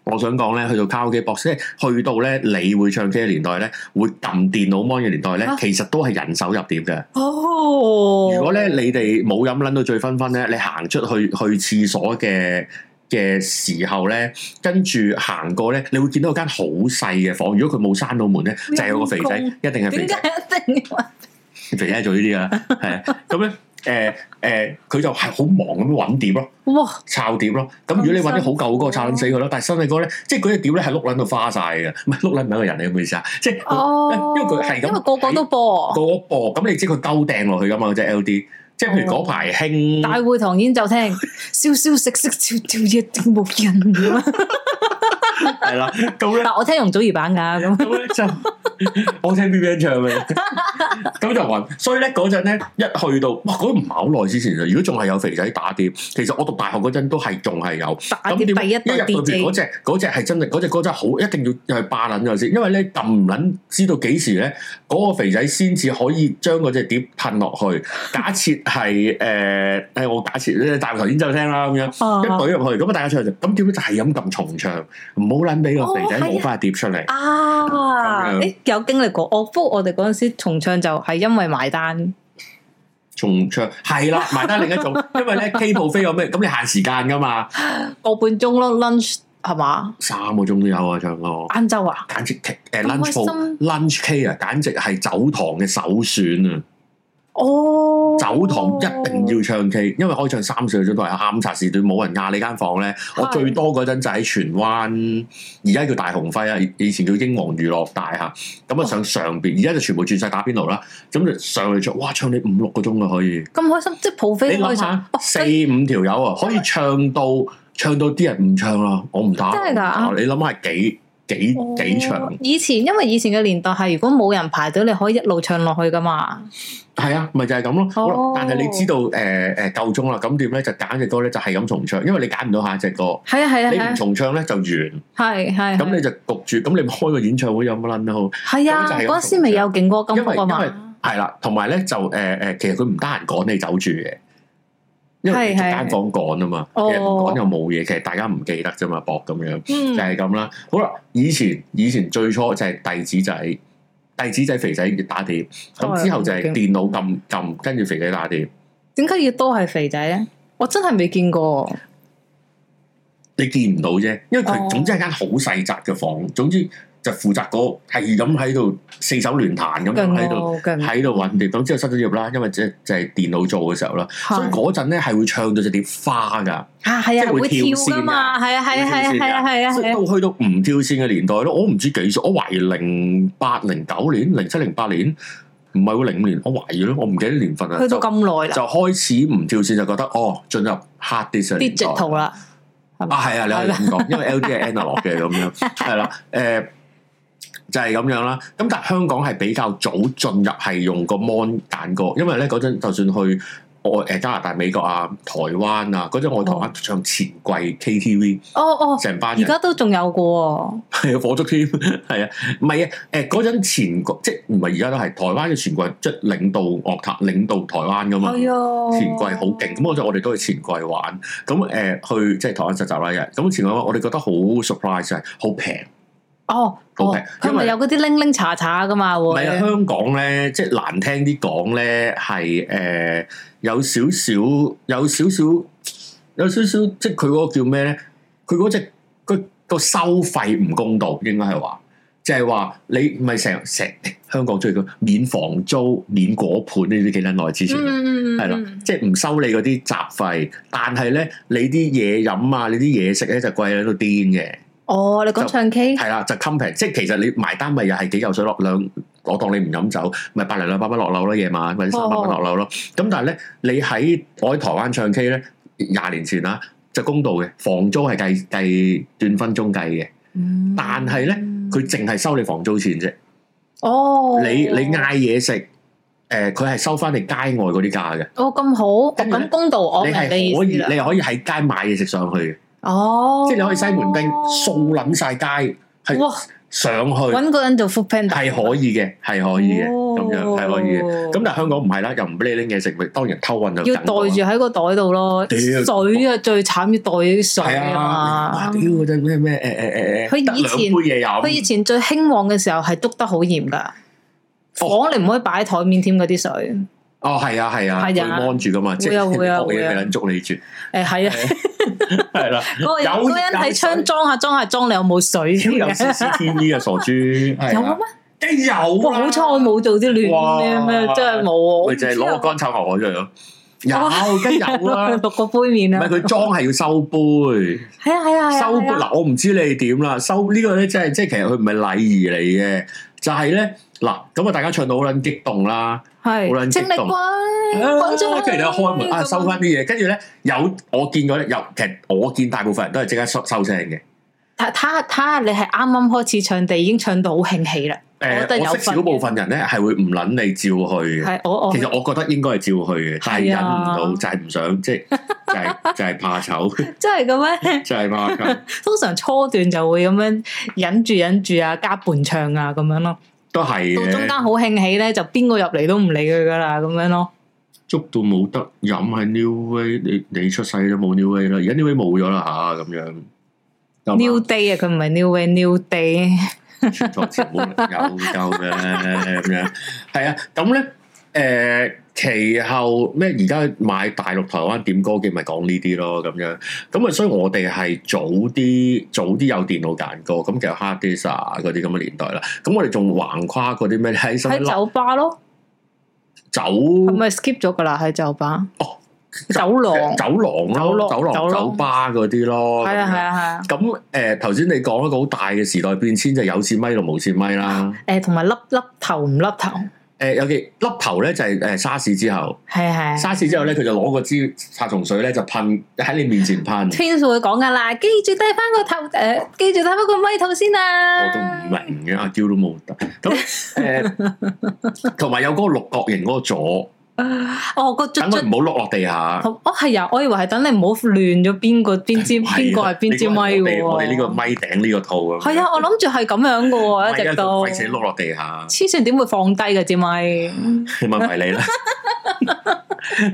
[SPEAKER 1] 我想講咧，去到卡拉 OK box，即係去到咧你會唱 K 嘅年代咧，會撳電腦 mon 嘅年代咧
[SPEAKER 2] 啊，
[SPEAKER 1] 其實都係人手入碟嘅。
[SPEAKER 2] 哦。
[SPEAKER 1] 如果咧你哋冇飲撚到醉醺醺咧，你行出去去廁所嘅。嘅時候咧，跟住行過咧，你會見到有間好細嘅房。如果佢冇閂到門咧，就係有個肥仔，
[SPEAKER 2] 陰
[SPEAKER 1] 一定係肥
[SPEAKER 2] 點
[SPEAKER 1] 仔
[SPEAKER 2] 解。一定要
[SPEAKER 1] 肥仔做呢啲啦，係啊，咁咧誒誒，佢就係好忙咁樣揾碟咯，
[SPEAKER 2] 哇
[SPEAKER 1] 抄碟咯。咁如果你揾啲好舊嘅歌，抄撚死佢咯。但係新嘅歌咧，即係嗰隻碟咧係碌撚到花晒嘅，唔係碌撚唔係一個人嚟，咁嘅意思啊？即係
[SPEAKER 2] 哦，
[SPEAKER 1] 因為佢係咁
[SPEAKER 2] 因為個個都播
[SPEAKER 1] 個播，咁你知佢鳩掟落去噶嘛？嗰隻 L D，即係譬如嗰排興
[SPEAKER 2] 哦大會堂演奏廳，笑笑食食笑跳一定冇人咁啊
[SPEAKER 1] 係啦，咁咧
[SPEAKER 2] 但我聽容祖兒版噶咁，
[SPEAKER 1] 咁咧就我聽 B B N 唱嘅， 咁就暈。所以咧嗰陣咧一去到，哇！嗰唔係好耐之前啊。如果仲係有肥仔打碟，其實我讀大學嗰陣都係仲係有。
[SPEAKER 2] 打
[SPEAKER 1] 咁
[SPEAKER 2] 啲
[SPEAKER 1] 點啊
[SPEAKER 2] 第一
[SPEAKER 1] 一入
[SPEAKER 2] 代
[SPEAKER 1] 到邊嗰
[SPEAKER 2] DJ，
[SPEAKER 1] 只嗰只係真係嗰只歌真係好，一定要去霸撚咗先，因為咧撳唔撚知道幾時咧，嗰、個肥仔先至可以將嗰只碟褪 落去。假設係誒誒，我假設咧大頭先就聽啦咁樣。一
[SPEAKER 2] 啊
[SPEAKER 1] 懟入去，咁啊大家唱就，咁點解就係咁撳重唱，唔好撚俾個肥仔
[SPEAKER 2] 哦係啊
[SPEAKER 1] 攞翻碟出嚟。
[SPEAKER 2] À. 啊
[SPEAKER 1] 咁樣，
[SPEAKER 2] 誒有經歷過，我不過我哋嗰陣時重唱就係因為埋單，
[SPEAKER 1] 重唱 係啦，埋單另一種，因為咧 K 鋪飛有咩，咁你限時間噶嘛，
[SPEAKER 2] 個半鐘咯，lunch 係嘛？
[SPEAKER 1] 三個鐘都有啊，唱歌。
[SPEAKER 2] 晏晝啊，
[SPEAKER 1] 簡直誒
[SPEAKER 2] 咁
[SPEAKER 1] lunch
[SPEAKER 2] 開心
[SPEAKER 1] ball lunch K 啊，簡直係酒堂嘅首選啊！
[SPEAKER 2] 哦，
[SPEAKER 1] 酒堂一定要唱 K，因為可以唱三四個鐘都係啱殺時段，冇人壓你間房咧。我
[SPEAKER 2] 係
[SPEAKER 1] 最多嗰陣就喺荃灣，而家叫大鴻輝啊，以前叫英皇娛樂大廈。
[SPEAKER 2] 哦
[SPEAKER 1] 咁啊上上邊，而家就全部轉晒打邊爐啦。咁就上去唱，哇！唱你五六個鐘啊，可以。
[SPEAKER 2] 咁開心，即係 buffet
[SPEAKER 1] 你
[SPEAKER 2] 開
[SPEAKER 1] 諗
[SPEAKER 2] 心
[SPEAKER 1] 下，，
[SPEAKER 2] 哦嗯
[SPEAKER 1] 四五條友啊，可以唱到唱到啲人唔唱啦，我唔打。
[SPEAKER 2] 真係㗎
[SPEAKER 1] 我唔打你諗下幾幾幾長
[SPEAKER 2] 哦？以前因為以前嘅年代係，如果冇人排隊，你可以一路唱落去噶嘛。
[SPEAKER 1] 係啊，咪就係咁咯。好
[SPEAKER 2] 哦
[SPEAKER 1] 啦，但係你知道誒誒夠鐘啦，咁點咧就揀隻歌咧就係咁重唱，因為你揀唔到下一隻歌，
[SPEAKER 2] 係啊係啊
[SPEAKER 1] 你
[SPEAKER 2] 係
[SPEAKER 1] 唔
[SPEAKER 2] 啊
[SPEAKER 1] 重唱咧就完，咁
[SPEAKER 2] 係係。
[SPEAKER 1] 你就焗住，咁你開個演唱會有乜撚都好，
[SPEAKER 2] 係啊
[SPEAKER 1] 咁就係咁
[SPEAKER 2] 嗰陣時咪有勁歌金
[SPEAKER 1] 因為
[SPEAKER 2] 曲啊
[SPEAKER 1] 因為
[SPEAKER 2] 嘛。
[SPEAKER 1] 係啦，同埋咧就誒誒，其實佢唔得閒趕你走住嘅。因為你
[SPEAKER 2] 係係
[SPEAKER 1] 間房趕啊嘛，其
[SPEAKER 2] 哦
[SPEAKER 1] 實唔趕又冇嘢，其實大家唔記得啫嘛，搏咁樣就
[SPEAKER 2] 嗯，
[SPEAKER 1] 係咁啦。好啦，以前以前最初就係弟子仔，弟子仔肥仔打碟，
[SPEAKER 2] 哦
[SPEAKER 1] 咁之後就係電腦撳撳，跟住肥仔打碟。
[SPEAKER 2] 點解要多係肥仔咧？我真係未見過。
[SPEAKER 1] 你見唔到啫，因為
[SPEAKER 2] 哦
[SPEAKER 1] 佢總之係間好細窄嘅房，總之就負責嗰係咁喺度四手聯彈咁樣喺
[SPEAKER 2] 勁
[SPEAKER 1] 度
[SPEAKER 2] 喎，勁。
[SPEAKER 1] 喺度揾碟，咁之後失咗業啦，因為即係就係電腦做嘅時候啦，所以
[SPEAKER 2] 係
[SPEAKER 1] 嗰陣咧係會唱到隻碟花㗎，
[SPEAKER 2] 啊，係
[SPEAKER 1] 即
[SPEAKER 2] 啊，
[SPEAKER 1] 係會
[SPEAKER 2] 會
[SPEAKER 1] 跳
[SPEAKER 2] 跳
[SPEAKER 1] 線
[SPEAKER 2] 噶嘛，係啊，係啊，係啊，
[SPEAKER 1] 會
[SPEAKER 2] 係
[SPEAKER 1] 跳線㗎
[SPEAKER 2] 啊，係啊，
[SPEAKER 1] 所以
[SPEAKER 2] 係啊，
[SPEAKER 1] 到去到唔跳線嘅年代咯，我唔知幾歲，我懷疑零八零九年、零七零八年，唔係喎零五年，我懷疑咯，我唔記得年份啦，
[SPEAKER 2] 啊去
[SPEAKER 1] 就
[SPEAKER 2] 到咁耐啦
[SPEAKER 1] 就開始唔跳線就覺得哦進入 hard disk 嘅年代
[SPEAKER 2] ，digital 啦，係
[SPEAKER 1] 啊，
[SPEAKER 2] 嘛？
[SPEAKER 1] 係啊，你可以咁 講，因為 L D 係 analog 嘅咁樣，係啦，誒就係咁樣啦。咁但係香港係比較早進入係用個 mon 揀歌，因為咧嗰陣就算去我誒加拿大、美國啊、台灣啊，嗰陣我去台灣唱前季 K T V，
[SPEAKER 2] 哦哦，
[SPEAKER 1] 成班
[SPEAKER 2] 而
[SPEAKER 1] 人
[SPEAKER 2] 家都仲有個喎，
[SPEAKER 1] 係啊火燭添， 係啊，唔係啊，誒嗰陣前季即係唔係而家都係台灣嘅前季，即係領導樂壇領導台灣噶嘛。
[SPEAKER 2] 係啊，
[SPEAKER 1] 前季好勁，咁我就我哋都去前季玩，咁誒、呃去即係台灣實習啦，一日咁前季玩我哋覺得好 surprise 係好平，
[SPEAKER 2] 哦，
[SPEAKER 1] 好
[SPEAKER 2] 哦
[SPEAKER 1] 平
[SPEAKER 2] 佢
[SPEAKER 1] 因
[SPEAKER 2] 咪
[SPEAKER 1] 為
[SPEAKER 2] 有嗰啲拎拎查查噶嘛
[SPEAKER 1] 唔係啊
[SPEAKER 2] 會，
[SPEAKER 1] 香港咧，即係難聽啲講咧係誒有少少有少少有少少，即係佢嗰個叫咩咧？佢嗰只個個收費唔公道，應該係話。就係話你唔係成成香港最叫免房租、免果盤呢啲幾撚耐之前。啊
[SPEAKER 2] 嗯嗯嗯，
[SPEAKER 1] 係啦
[SPEAKER 2] 啦，
[SPEAKER 1] 即係唔收你嗰啲雜費，但係咧你啲嘢飲啊，你啲嘢食咧就貴喺度癲嘅，
[SPEAKER 2] 哦，你講
[SPEAKER 1] 就
[SPEAKER 2] 唱 K，
[SPEAKER 1] 係啦就 compare，即係其實你埋單咪又係幾嚿水落兩，我當你唔飲酒，咪百零兩百蚊落樓咯，夜晚或者
[SPEAKER 2] 哦
[SPEAKER 1] 三百蚊落樓咯。咁但係咧，你喺我喺台灣唱 K 咧，廿年前啦，就公道嘅，房租係計計段分鐘計嘅，
[SPEAKER 2] 嗯
[SPEAKER 1] 但係咧佢淨係收你房租錢啫。
[SPEAKER 2] 哦，
[SPEAKER 1] 你你，嗌嘢食，誒佢係收翻你街外嗰啲價嘅。
[SPEAKER 2] 哦咁好，哦
[SPEAKER 1] 跟住
[SPEAKER 2] 咁公道，我
[SPEAKER 1] 你
[SPEAKER 2] 明
[SPEAKER 1] 係
[SPEAKER 2] 你意
[SPEAKER 1] 可以，
[SPEAKER 2] 思啦
[SPEAKER 1] 你，係可以喺街買嘢食上去嘅，
[SPEAKER 2] 哦，
[SPEAKER 1] 即係你可以西門町掃撚晒街，係
[SPEAKER 2] 哇，
[SPEAKER 1] 上去
[SPEAKER 2] 搵個人做 food panda
[SPEAKER 1] 係可以嘅，係可以嘅，咁樣係可以嘅。
[SPEAKER 2] 嘅
[SPEAKER 1] 咁但係香港唔係啦，又唔俾你拎嘢食，咪當然偷運就
[SPEAKER 2] 要
[SPEAKER 1] 更
[SPEAKER 2] 袋
[SPEAKER 1] 多啦
[SPEAKER 2] 住喺個袋度咯，
[SPEAKER 1] 屌
[SPEAKER 2] 水啊最慘要袋啲水
[SPEAKER 1] 係啊！哇
[SPEAKER 2] 啊
[SPEAKER 1] 屌
[SPEAKER 2] 嘛。
[SPEAKER 1] 嗰陣咩咩誒誒誒誒，
[SPEAKER 2] 佢以
[SPEAKER 1] 得兩
[SPEAKER 2] 前
[SPEAKER 1] 杯嘢
[SPEAKER 2] 佢以
[SPEAKER 1] 飲，
[SPEAKER 2] 前最興旺嘅時候係捉得好嚴噶，
[SPEAKER 1] 哦
[SPEAKER 2] 房你唔可以擺喺台面添嗰啲水。
[SPEAKER 1] 哦係啊係啊，
[SPEAKER 2] 係
[SPEAKER 1] 佢
[SPEAKER 2] 啊
[SPEAKER 1] 安住噶嘛，即係
[SPEAKER 2] 會啊會啊
[SPEAKER 1] 人哋搏嘢
[SPEAKER 2] 會啊
[SPEAKER 1] 俾人捉你 住，
[SPEAKER 2] 誒係啊，
[SPEAKER 1] 係啦，
[SPEAKER 2] 嗰個人
[SPEAKER 1] 有
[SPEAKER 2] 嗰個人
[SPEAKER 1] 有水
[SPEAKER 2] 喺窗裝下裝下裝，你有冇水
[SPEAKER 1] 屌
[SPEAKER 2] 添
[SPEAKER 1] 有
[SPEAKER 2] 嘅？
[SPEAKER 1] CCTV 啊傻豬，係啊
[SPEAKER 2] 有咩？？
[SPEAKER 1] 梗有
[SPEAKER 2] 哇！
[SPEAKER 1] 啦
[SPEAKER 2] 好彩我冇做啲亂咩咩，
[SPEAKER 1] 哇
[SPEAKER 2] 真係冇啊！
[SPEAKER 1] 咪就係攞個乾炒牛河出嚟咯，有
[SPEAKER 2] 哦
[SPEAKER 1] 梗有 啦。
[SPEAKER 2] 六個杯面
[SPEAKER 1] 唔
[SPEAKER 2] 啊
[SPEAKER 1] 係！佢裝係要收杯，
[SPEAKER 2] 係啊係啊係啊！
[SPEAKER 1] 收杯
[SPEAKER 2] 係啊
[SPEAKER 1] 嗱，我唔知你點啦。收呢個咧，即係即係其實佢唔係禮儀嚟嘅，就係咧嗱，咁啊大家唱到好撚激動啦，好撚
[SPEAKER 2] 係，
[SPEAKER 1] 激
[SPEAKER 2] 請你
[SPEAKER 1] 動
[SPEAKER 2] 滾
[SPEAKER 1] 啊
[SPEAKER 2] 滾出去！
[SPEAKER 1] 跟住你一開門啊，收翻啲嘢，跟住咧有我見過咧，有其實我見大部分人都係即刻收收聲嘅。
[SPEAKER 2] 睇睇下睇下，你係啱啱開始唱地已經唱到好興起啦。我覺得
[SPEAKER 1] 誒，
[SPEAKER 2] 有
[SPEAKER 1] 我識
[SPEAKER 2] 份
[SPEAKER 1] 少部分人咧係會唔撚你照去嘅。
[SPEAKER 2] 係我我
[SPEAKER 1] 其實我覺得應該係照去嘅，但係
[SPEAKER 2] 係
[SPEAKER 1] 忍唔
[SPEAKER 2] 啊
[SPEAKER 1] 到，就係唔想，即係就係就係怕醜，
[SPEAKER 2] 真係咁咩？
[SPEAKER 1] 就係怕醜，
[SPEAKER 2] 通常初段就會咁樣忍住忍住啊，加伴唱啊咁樣咯。
[SPEAKER 1] 都係
[SPEAKER 2] 到中
[SPEAKER 1] 嘅
[SPEAKER 2] 間。好興起咧，就邊個入嚟都唔理佢噶啦，咁樣咯。
[SPEAKER 1] 捉到冇得飲喺 New Way，你你出世都冇 New Way 啦，而家 New Way 冇咗啦吓，咁樣。
[SPEAKER 2] New Day 啊，佢唔係 New Way，New Day
[SPEAKER 1] 全作詞冇有夠嘅咁樣，係啊，咁咧誒其後咩？而家買大陸、台灣點歌機，咪講呢啲咯咁樣。咁啊，所以我哋係早啲早啲有電腦揀歌，咁其實 hard disk 啊嗰啲咁嘅年代啦。咁我哋仲橫跨嗰啲咩喺
[SPEAKER 2] 喺
[SPEAKER 1] 酒
[SPEAKER 2] 酒吧咯，
[SPEAKER 1] 酒
[SPEAKER 2] 係咪 skip 咗噶啦？喺酒吧
[SPEAKER 1] 哦，
[SPEAKER 2] 酒廊
[SPEAKER 1] 酒廊咯，酒
[SPEAKER 2] 酒廊
[SPEAKER 1] 廊
[SPEAKER 2] 酒廊
[SPEAKER 1] 酒吧嗰啲咯。
[SPEAKER 2] 係啊係啊係啊，
[SPEAKER 1] 咁樣。咁誒頭先你講一個好大嘅時代變遷，就有線咪同無線咪啦。
[SPEAKER 2] 誒同埋笠笠頭唔笠頭，
[SPEAKER 1] 誒有嘅粒頭咧就係誒沙士之後。
[SPEAKER 2] 係啊係啊。
[SPEAKER 1] 沙士之後咧，佢就攞個支殺蟲水咧，就噴喺你面前噴。
[SPEAKER 2] 天數會講噶啦，記住低翻個頭，誒、記住低翻個咪頭先啊！
[SPEAKER 1] 我都唔明嘅，阿嬌都冇得。咁 誒，同埋有嗰個六角形嗰個座，
[SPEAKER 2] 哦，個卒
[SPEAKER 1] 等
[SPEAKER 2] 卒
[SPEAKER 1] 佢唔好落落地下。
[SPEAKER 2] 哦，係啊，我以為係等你唔好亂咗邊個邊支邊個係邊支咪
[SPEAKER 1] 啊呢個係
[SPEAKER 2] 喎。
[SPEAKER 1] 我哋我哋呢個咪頂呢個套咁樣。
[SPEAKER 2] 係啊，我諗住係咁樣噶
[SPEAKER 1] 唔係啊，
[SPEAKER 2] 喎，一直都
[SPEAKER 1] 費事碌嗯落地下，
[SPEAKER 2] 黐線點會放低嘅支咪？
[SPEAKER 1] 問埋你 啦，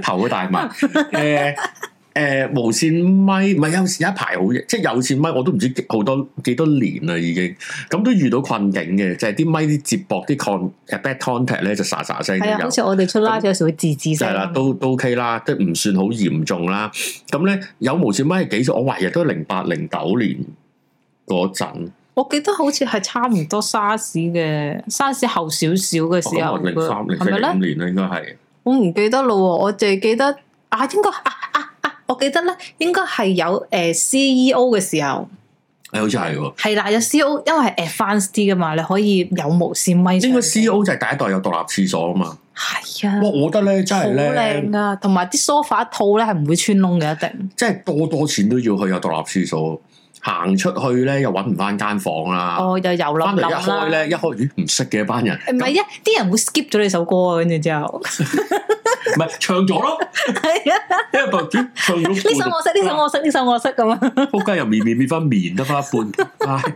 [SPEAKER 1] 頭都大埋。呃誒誒，無線咪咪有有一排好，即係有線咪我都唔知幾好多幾多年啦已經，咁都遇到困境嘅，就係啲咪啲接駁啲 con 誒 bad contact 咧就沙沙聲
[SPEAKER 2] 係啊，
[SPEAKER 1] 有
[SPEAKER 2] 好。似我哋出拉有時會自自
[SPEAKER 1] 就
[SPEAKER 2] 聲
[SPEAKER 1] 係。啦，都都 OK 啦，即係唔算好嚴重啦。咁咧有無線咪係幾時？我懷疑都係零八零九年嗰陣，
[SPEAKER 2] 我記得好似係差唔多沙士嘅沙士後少少嘅時候
[SPEAKER 1] 哦
[SPEAKER 2] 㗎，
[SPEAKER 1] 我零三零四
[SPEAKER 2] 係咪
[SPEAKER 1] 零
[SPEAKER 2] 咧？
[SPEAKER 1] 五年啦，應該係
[SPEAKER 2] 我唔記得咯喎，我淨係記得啊，應該啊啊啊，我記得咧應該係有呃誒 CEO 嘅時候。
[SPEAKER 1] 誒，好似係喎。
[SPEAKER 2] 係啦，有 C.O. 因為係 advanced 啲噶嘛，你可以有無線咪上。
[SPEAKER 1] 應該 C.O. 就係第一代有獨立廁所啊嘛。
[SPEAKER 2] 係啊
[SPEAKER 1] E 哇，，我覺得咧真
[SPEAKER 2] 好
[SPEAKER 1] 係咧，
[SPEAKER 2] 靚啊！同埋啲 sofa 套咧係唔會穿窿嘅，一定。
[SPEAKER 1] 即係多多錢都要去有獨立廁所。行出去咧又揾唔翻間房啦，
[SPEAKER 2] 哦，又油
[SPEAKER 1] 翻
[SPEAKER 2] 冧
[SPEAKER 1] 嚟一
[SPEAKER 2] 冧
[SPEAKER 1] 開
[SPEAKER 2] 啦。
[SPEAKER 1] 咧一開咦唔識嘅一班人，
[SPEAKER 2] 唔係啊，啲人會 skip 咗你首歌啊，跟住之 後。
[SPEAKER 1] 唔係唱咗 咯，
[SPEAKER 2] 係啊，
[SPEAKER 1] 因為部咦唱 咗
[SPEAKER 2] 呢首我識，呢首 我識，呢首我識咁啊。
[SPEAKER 1] 仆街又面面變翻面得翻一半，唉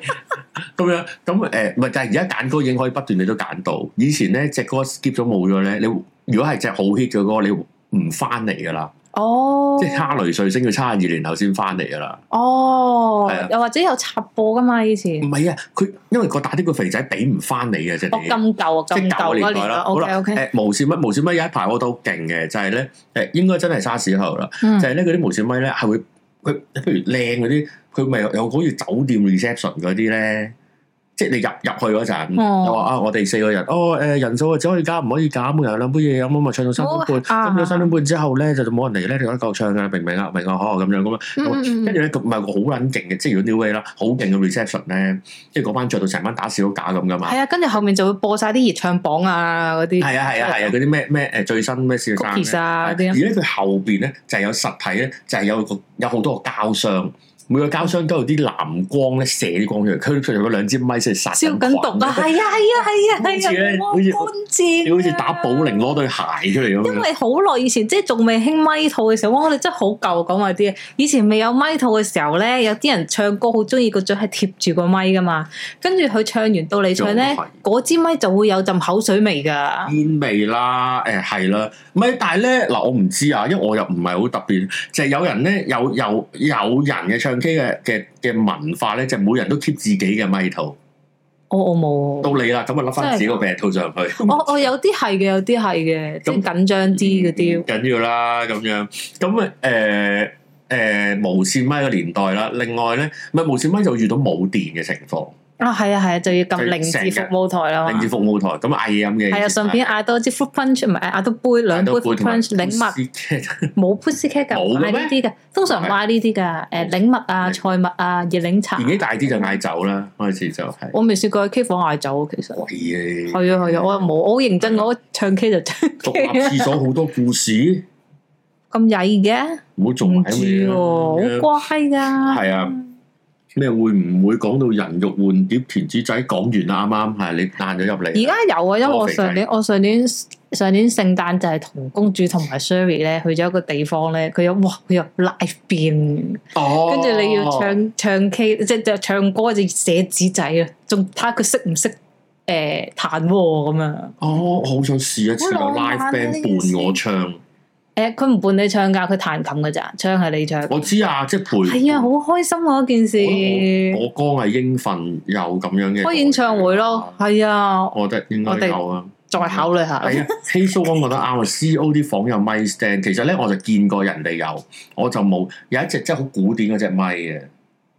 [SPEAKER 1] 咁樣咁誒，唔係，但係而家揀歌已經可以不斷你都揀到。以前咧隻歌 skip 咗冇咗咧，你如果係隻好 hit 嘅歌，你唔翻嚟噶啦，
[SPEAKER 2] 哦
[SPEAKER 1] 即係差雷彗星要差二年後先翻嚟噶啦。
[SPEAKER 2] 哦
[SPEAKER 1] 係啊，
[SPEAKER 2] 又或者有插播噶嘛以前
[SPEAKER 1] 唔。係啊，佢因為個打的個肥仔俾唔翻你嘅啫，
[SPEAKER 2] 哦，
[SPEAKER 1] 你
[SPEAKER 2] 咁舊啊，
[SPEAKER 1] 即
[SPEAKER 2] 咁
[SPEAKER 1] 嗯係舊
[SPEAKER 2] 舊
[SPEAKER 1] 嘅
[SPEAKER 2] 嗰
[SPEAKER 1] 年代
[SPEAKER 2] 年
[SPEAKER 1] 啦。
[SPEAKER 2] 啦。
[SPEAKER 1] 好
[SPEAKER 2] OK
[SPEAKER 1] 啦，
[SPEAKER 2] OK，
[SPEAKER 1] 誒無線咪無線咪有一排我都好勁嘅，就係咧誒應該真係沙士後啦。
[SPEAKER 2] 嗯
[SPEAKER 1] 就係咧嗰啲無線咪咧係會佢譬如靚嗰啲，佢咪有有好似酒店 reception 嗰啲咧，即係你入入去嗰陣，
[SPEAKER 2] 哦
[SPEAKER 1] 就話啊我哋四個人，哦誒、人數啊只可以加唔可以減，每人有兩杯嘢飲，咁咪唱到三點
[SPEAKER 2] 好啊
[SPEAKER 1] 半，咁到三點半之後咧就冇人嚟咧，你就一嚿唱㗎，明唔明啊？明啊，嗬咁樣咁樣，
[SPEAKER 2] 嗯嗯
[SPEAKER 1] 跟
[SPEAKER 2] 嗯
[SPEAKER 1] 住咧佢唔係個好撚勁嘅，即係如果 New Way 啦，好勁嘅 reception 咧，即係嗰班着到成班打小假咁噶嘛。
[SPEAKER 2] 係啊，跟住後面就會播晒啲熱唱榜啊嗰啲。
[SPEAKER 1] 係啊係啊係啊，嗰啲咩咩誒最新咩小生呢
[SPEAKER 2] Cookies 啊嗰啲啊
[SPEAKER 1] 而咧佢後邊咧就係有實體咧，就係有個有好多個膠箱，每個膠箱都有啲藍光咧射啲光出嚟，佢出嚟有兩支咪先殺
[SPEAKER 2] 消
[SPEAKER 1] 緊
[SPEAKER 2] 緊毒啊！
[SPEAKER 1] 菌
[SPEAKER 2] 係啊係啊係啊係啊！
[SPEAKER 1] 好似咧好似
[SPEAKER 2] 似
[SPEAKER 1] 你好似打保齡。攞對鞋出嚟咁
[SPEAKER 2] 因
[SPEAKER 1] 樣。
[SPEAKER 2] 為好耐以前，即係仲未興咪套嘅時候，哇！我哋真係好舊講埋啲嘢。以前未有咪套嘅時候咧，有啲人唱歌好中意個嘴係貼住個咪噶嘛，跟住佢唱完到你唱咧
[SPEAKER 1] 仲係，
[SPEAKER 2] 嗰支咪就會有陣口水味噶。
[SPEAKER 1] 煙味啦，誒係啦，唔係，但係咧嗱，我唔知啊，因為我又唔係好特別，就係、有人咧有有有人嘅唱 K 嘅嘅嘅文化咧，就每人都 keep 自己嘅咪套，
[SPEAKER 2] 我我冇，
[SPEAKER 1] 到你啦，咁啊笠翻自己個病套上去。
[SPEAKER 2] 我我有啲係嘅，有啲係嘅，即係緊張啲嗰啲
[SPEAKER 1] 唔。緊要啦，咁樣咁啊誒誒無線咪嘅年代啦。另外咧，唔係無線咪就遇到冇電嘅情況，
[SPEAKER 2] 啊，係啊係啊，就要撳
[SPEAKER 1] 就
[SPEAKER 2] 零字
[SPEAKER 1] 成日
[SPEAKER 2] 服務台啦
[SPEAKER 1] 令
[SPEAKER 2] 嘛
[SPEAKER 1] 至。服務台咁啊嗌飲嘅。
[SPEAKER 2] 係啊，順便嗌多支 fruit punch，唔係嗌多杯兩杯 fruit punch，檸麥。 冇 pussycat 㗎，
[SPEAKER 1] 冇
[SPEAKER 2] 唔嗌
[SPEAKER 1] 嘅
[SPEAKER 2] 呢
[SPEAKER 1] 咩
[SPEAKER 2] 啲嘅，通常唔嗌呢啲㗎，誒檸蜜啊、菜蜜啊、熱檸茶。
[SPEAKER 1] 年紀大啲就嗌酒啦，開始就係。
[SPEAKER 2] 我未試過喺 K 房嗌酒，其實係
[SPEAKER 1] 係啊，
[SPEAKER 2] 啊係啊，我又冇，我好認真，我唱 K 就唱
[SPEAKER 1] 獨
[SPEAKER 2] K
[SPEAKER 1] 立廁所好多故事，
[SPEAKER 2] 咁曳嘅，
[SPEAKER 1] 唔好做
[SPEAKER 2] 唔
[SPEAKER 1] 埋咁嘅
[SPEAKER 2] 知
[SPEAKER 1] 嘢
[SPEAKER 2] 喎，好
[SPEAKER 1] 啦。
[SPEAKER 2] 乖㗎。
[SPEAKER 1] 係啊，咩會唔會講到人肉換碟田豬仔？講完啦，啱啱係你彈咗入
[SPEAKER 2] 而
[SPEAKER 1] 嚟。
[SPEAKER 2] 家有啊，因為
[SPEAKER 1] 我
[SPEAKER 2] 我
[SPEAKER 1] 肥仔
[SPEAKER 2] 上年我上年上年聖誕就係同公主同埋 Sherry 咧去咗一個地方咧，佢有哇佢有 live band，
[SPEAKER 1] 哦
[SPEAKER 2] 跟住你要唱唱 K，即係就唱歌就寫紙仔啊，仲睇下佢識唔識誒彈喎咁樣。
[SPEAKER 1] 哦，我好想試一次有
[SPEAKER 2] 好浪
[SPEAKER 1] live
[SPEAKER 2] 漫啊呢件
[SPEAKER 1] band
[SPEAKER 2] 事
[SPEAKER 1] 伴我唱。
[SPEAKER 2] 誒，佢唔伴你唱㗎，佢彈琴㗎咋，唱係你唱。
[SPEAKER 1] 我知啊，即係陪。
[SPEAKER 2] 係啊，好開心啊！嗰件
[SPEAKER 1] 我
[SPEAKER 2] 事，
[SPEAKER 1] 我歌係應份有咁樣嘅
[SPEAKER 2] 開演唱會咯，係啊，
[SPEAKER 1] 我覺得應該
[SPEAKER 2] 我哋
[SPEAKER 1] 有啊。
[SPEAKER 2] 再考慮下。
[SPEAKER 1] 係啊 h a z e 我覺得啱啊，C.O. 啲房有咪 stand，其實咧我就見過人哋有，我就冇。有一隻真係好古典嗰只咪嘅，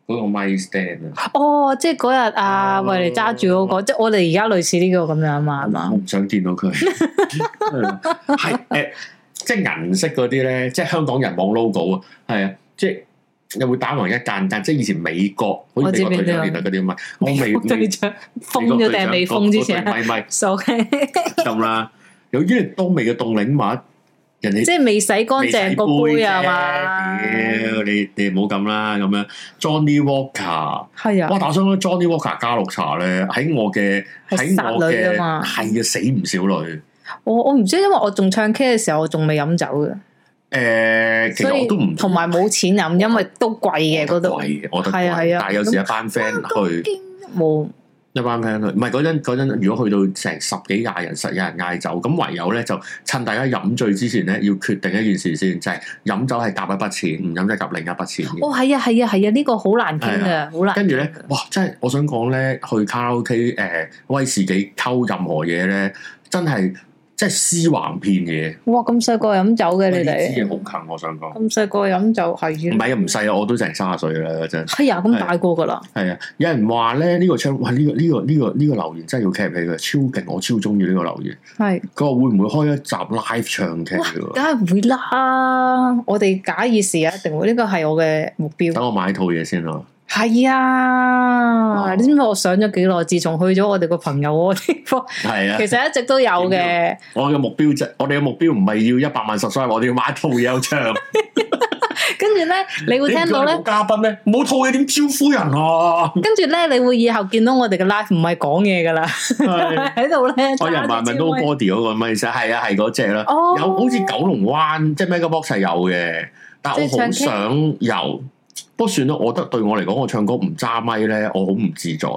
[SPEAKER 1] 嗰、個咪 stand 啊，
[SPEAKER 2] 哦，即係嗰日啊，喂嚟揸住嗰個，即係我哋而家類似呢個咁樣嘛，係嘛
[SPEAKER 1] 我？唔想見到 佢。係誒、即係銀色嗰啲咧，即係香港人網 logo 啊，係啊，即係。又會打橫一間間，即係以前美國，好似
[SPEAKER 2] 我知
[SPEAKER 1] 美國隊長
[SPEAKER 2] 邊啲
[SPEAKER 1] 年代
[SPEAKER 2] 啊
[SPEAKER 1] 嗰啲咪，我 未
[SPEAKER 2] 隊
[SPEAKER 1] 未
[SPEAKER 2] 長封咗定係未封之前
[SPEAKER 1] 咪咪
[SPEAKER 2] ，sorry，
[SPEAKER 1] 咁啦，有啲人當味嘅凍檸物，人哋
[SPEAKER 2] 即係未洗乾
[SPEAKER 1] 未洗
[SPEAKER 2] 淨個杯啊嘛，
[SPEAKER 1] 啫屌你你唔好咁啦，咁樣 Johnny Walker，
[SPEAKER 2] 係啊
[SPEAKER 1] 哇！，打想講 Johnny Walker 加綠茶咧，喺我嘅
[SPEAKER 2] 係
[SPEAKER 1] 喺
[SPEAKER 2] 殺
[SPEAKER 1] 我
[SPEAKER 2] 女
[SPEAKER 1] 嘅
[SPEAKER 2] 㗎嘛
[SPEAKER 1] 係啊，死唔少女。
[SPEAKER 2] 我我唔知，因為我仲唱 K 嘅時候，我仲未飲酒嘅，
[SPEAKER 1] 誒，其
[SPEAKER 2] 所
[SPEAKER 1] 實
[SPEAKER 2] 以
[SPEAKER 1] 我都唔
[SPEAKER 2] 同埋冇錢飲，因為都貴嘅嗰度，
[SPEAKER 1] 嗯貴嘅，我覺得
[SPEAKER 2] 係
[SPEAKER 1] 貴
[SPEAKER 2] 啊係啊
[SPEAKER 1] 但係有時一班 friend 去，
[SPEAKER 2] 冇
[SPEAKER 1] 一班 friend 去，唔係嗰陣嗰陣，如果去到成十幾廿人，實有人嗌酒，咁唯有咧就趁大家飲醉之前咧，要決定一件事先，就係飲酒係夾一筆錢，唔飲就夾另一筆錢嘅。
[SPEAKER 2] 哦，係啊，係啊，係啊，呢個好難傾
[SPEAKER 1] 係啊
[SPEAKER 2] 嘅，好難。
[SPEAKER 1] 跟住咧，哇！真係我想講咧，去卡拉 OK 誒、威士忌溝任何嘢咧，真係即係屍橫遍野。
[SPEAKER 2] 哇，咁細個飲酒嘅你
[SPEAKER 1] 呢
[SPEAKER 2] 哋，
[SPEAKER 1] 支嘢好近，我想講。
[SPEAKER 2] 咁細個飲酒係嘅，
[SPEAKER 1] 唔係啊，唔細啊，我都成三十歲啦，真
[SPEAKER 2] 係啊，咁大個噶啦，
[SPEAKER 1] 係啊！有人話咧，呢、個窗，哇！呢、個呢、個呢、個呢、個留言真係要 cap 起佢，超勁！我超中意呢個留言。
[SPEAKER 2] 係。
[SPEAKER 1] 佢話會唔會開一集 live 唱 K 喎？
[SPEAKER 2] 梗係會啦，我哋假以時日一定會，呢個係我嘅目標。
[SPEAKER 1] 等我買套嘢先啦。
[SPEAKER 2] 係啊，
[SPEAKER 1] 哦
[SPEAKER 2] 你知唔知我上咗幾耐？自從去咗我哋個朋友嗰個地 方，
[SPEAKER 1] 係啊
[SPEAKER 2] 其，實一直都有嘅。
[SPEAKER 1] 我嘅目標就我哋嘅目標唔係要一百萬 subscribe，我哋要買一套嘢有唱。
[SPEAKER 2] 跟住咧，
[SPEAKER 1] 嗯
[SPEAKER 2] 你 會聽到咧
[SPEAKER 1] 你叫我哋做，嘉賓咧，冇套嘢點招呼人啊？
[SPEAKER 2] 跟住咧，你會以後見到我哋嘅 live 唔係講嘢噶啦，
[SPEAKER 1] 哎係
[SPEAKER 2] 喺度咧。
[SPEAKER 1] 我有人
[SPEAKER 2] 揸
[SPEAKER 1] 問問
[SPEAKER 2] 支咪
[SPEAKER 1] No Body 嗰個咪其實係啊係嗰只啦，
[SPEAKER 2] 哦
[SPEAKER 1] 有好似九龍灣即係 Mega Box 係有嘅，但我
[SPEAKER 2] 即係
[SPEAKER 1] 好
[SPEAKER 2] 唱 K
[SPEAKER 1] 想有，不過算啦，我覺得對我嚟講，我唱歌唔揸咪咧，我好唔自在。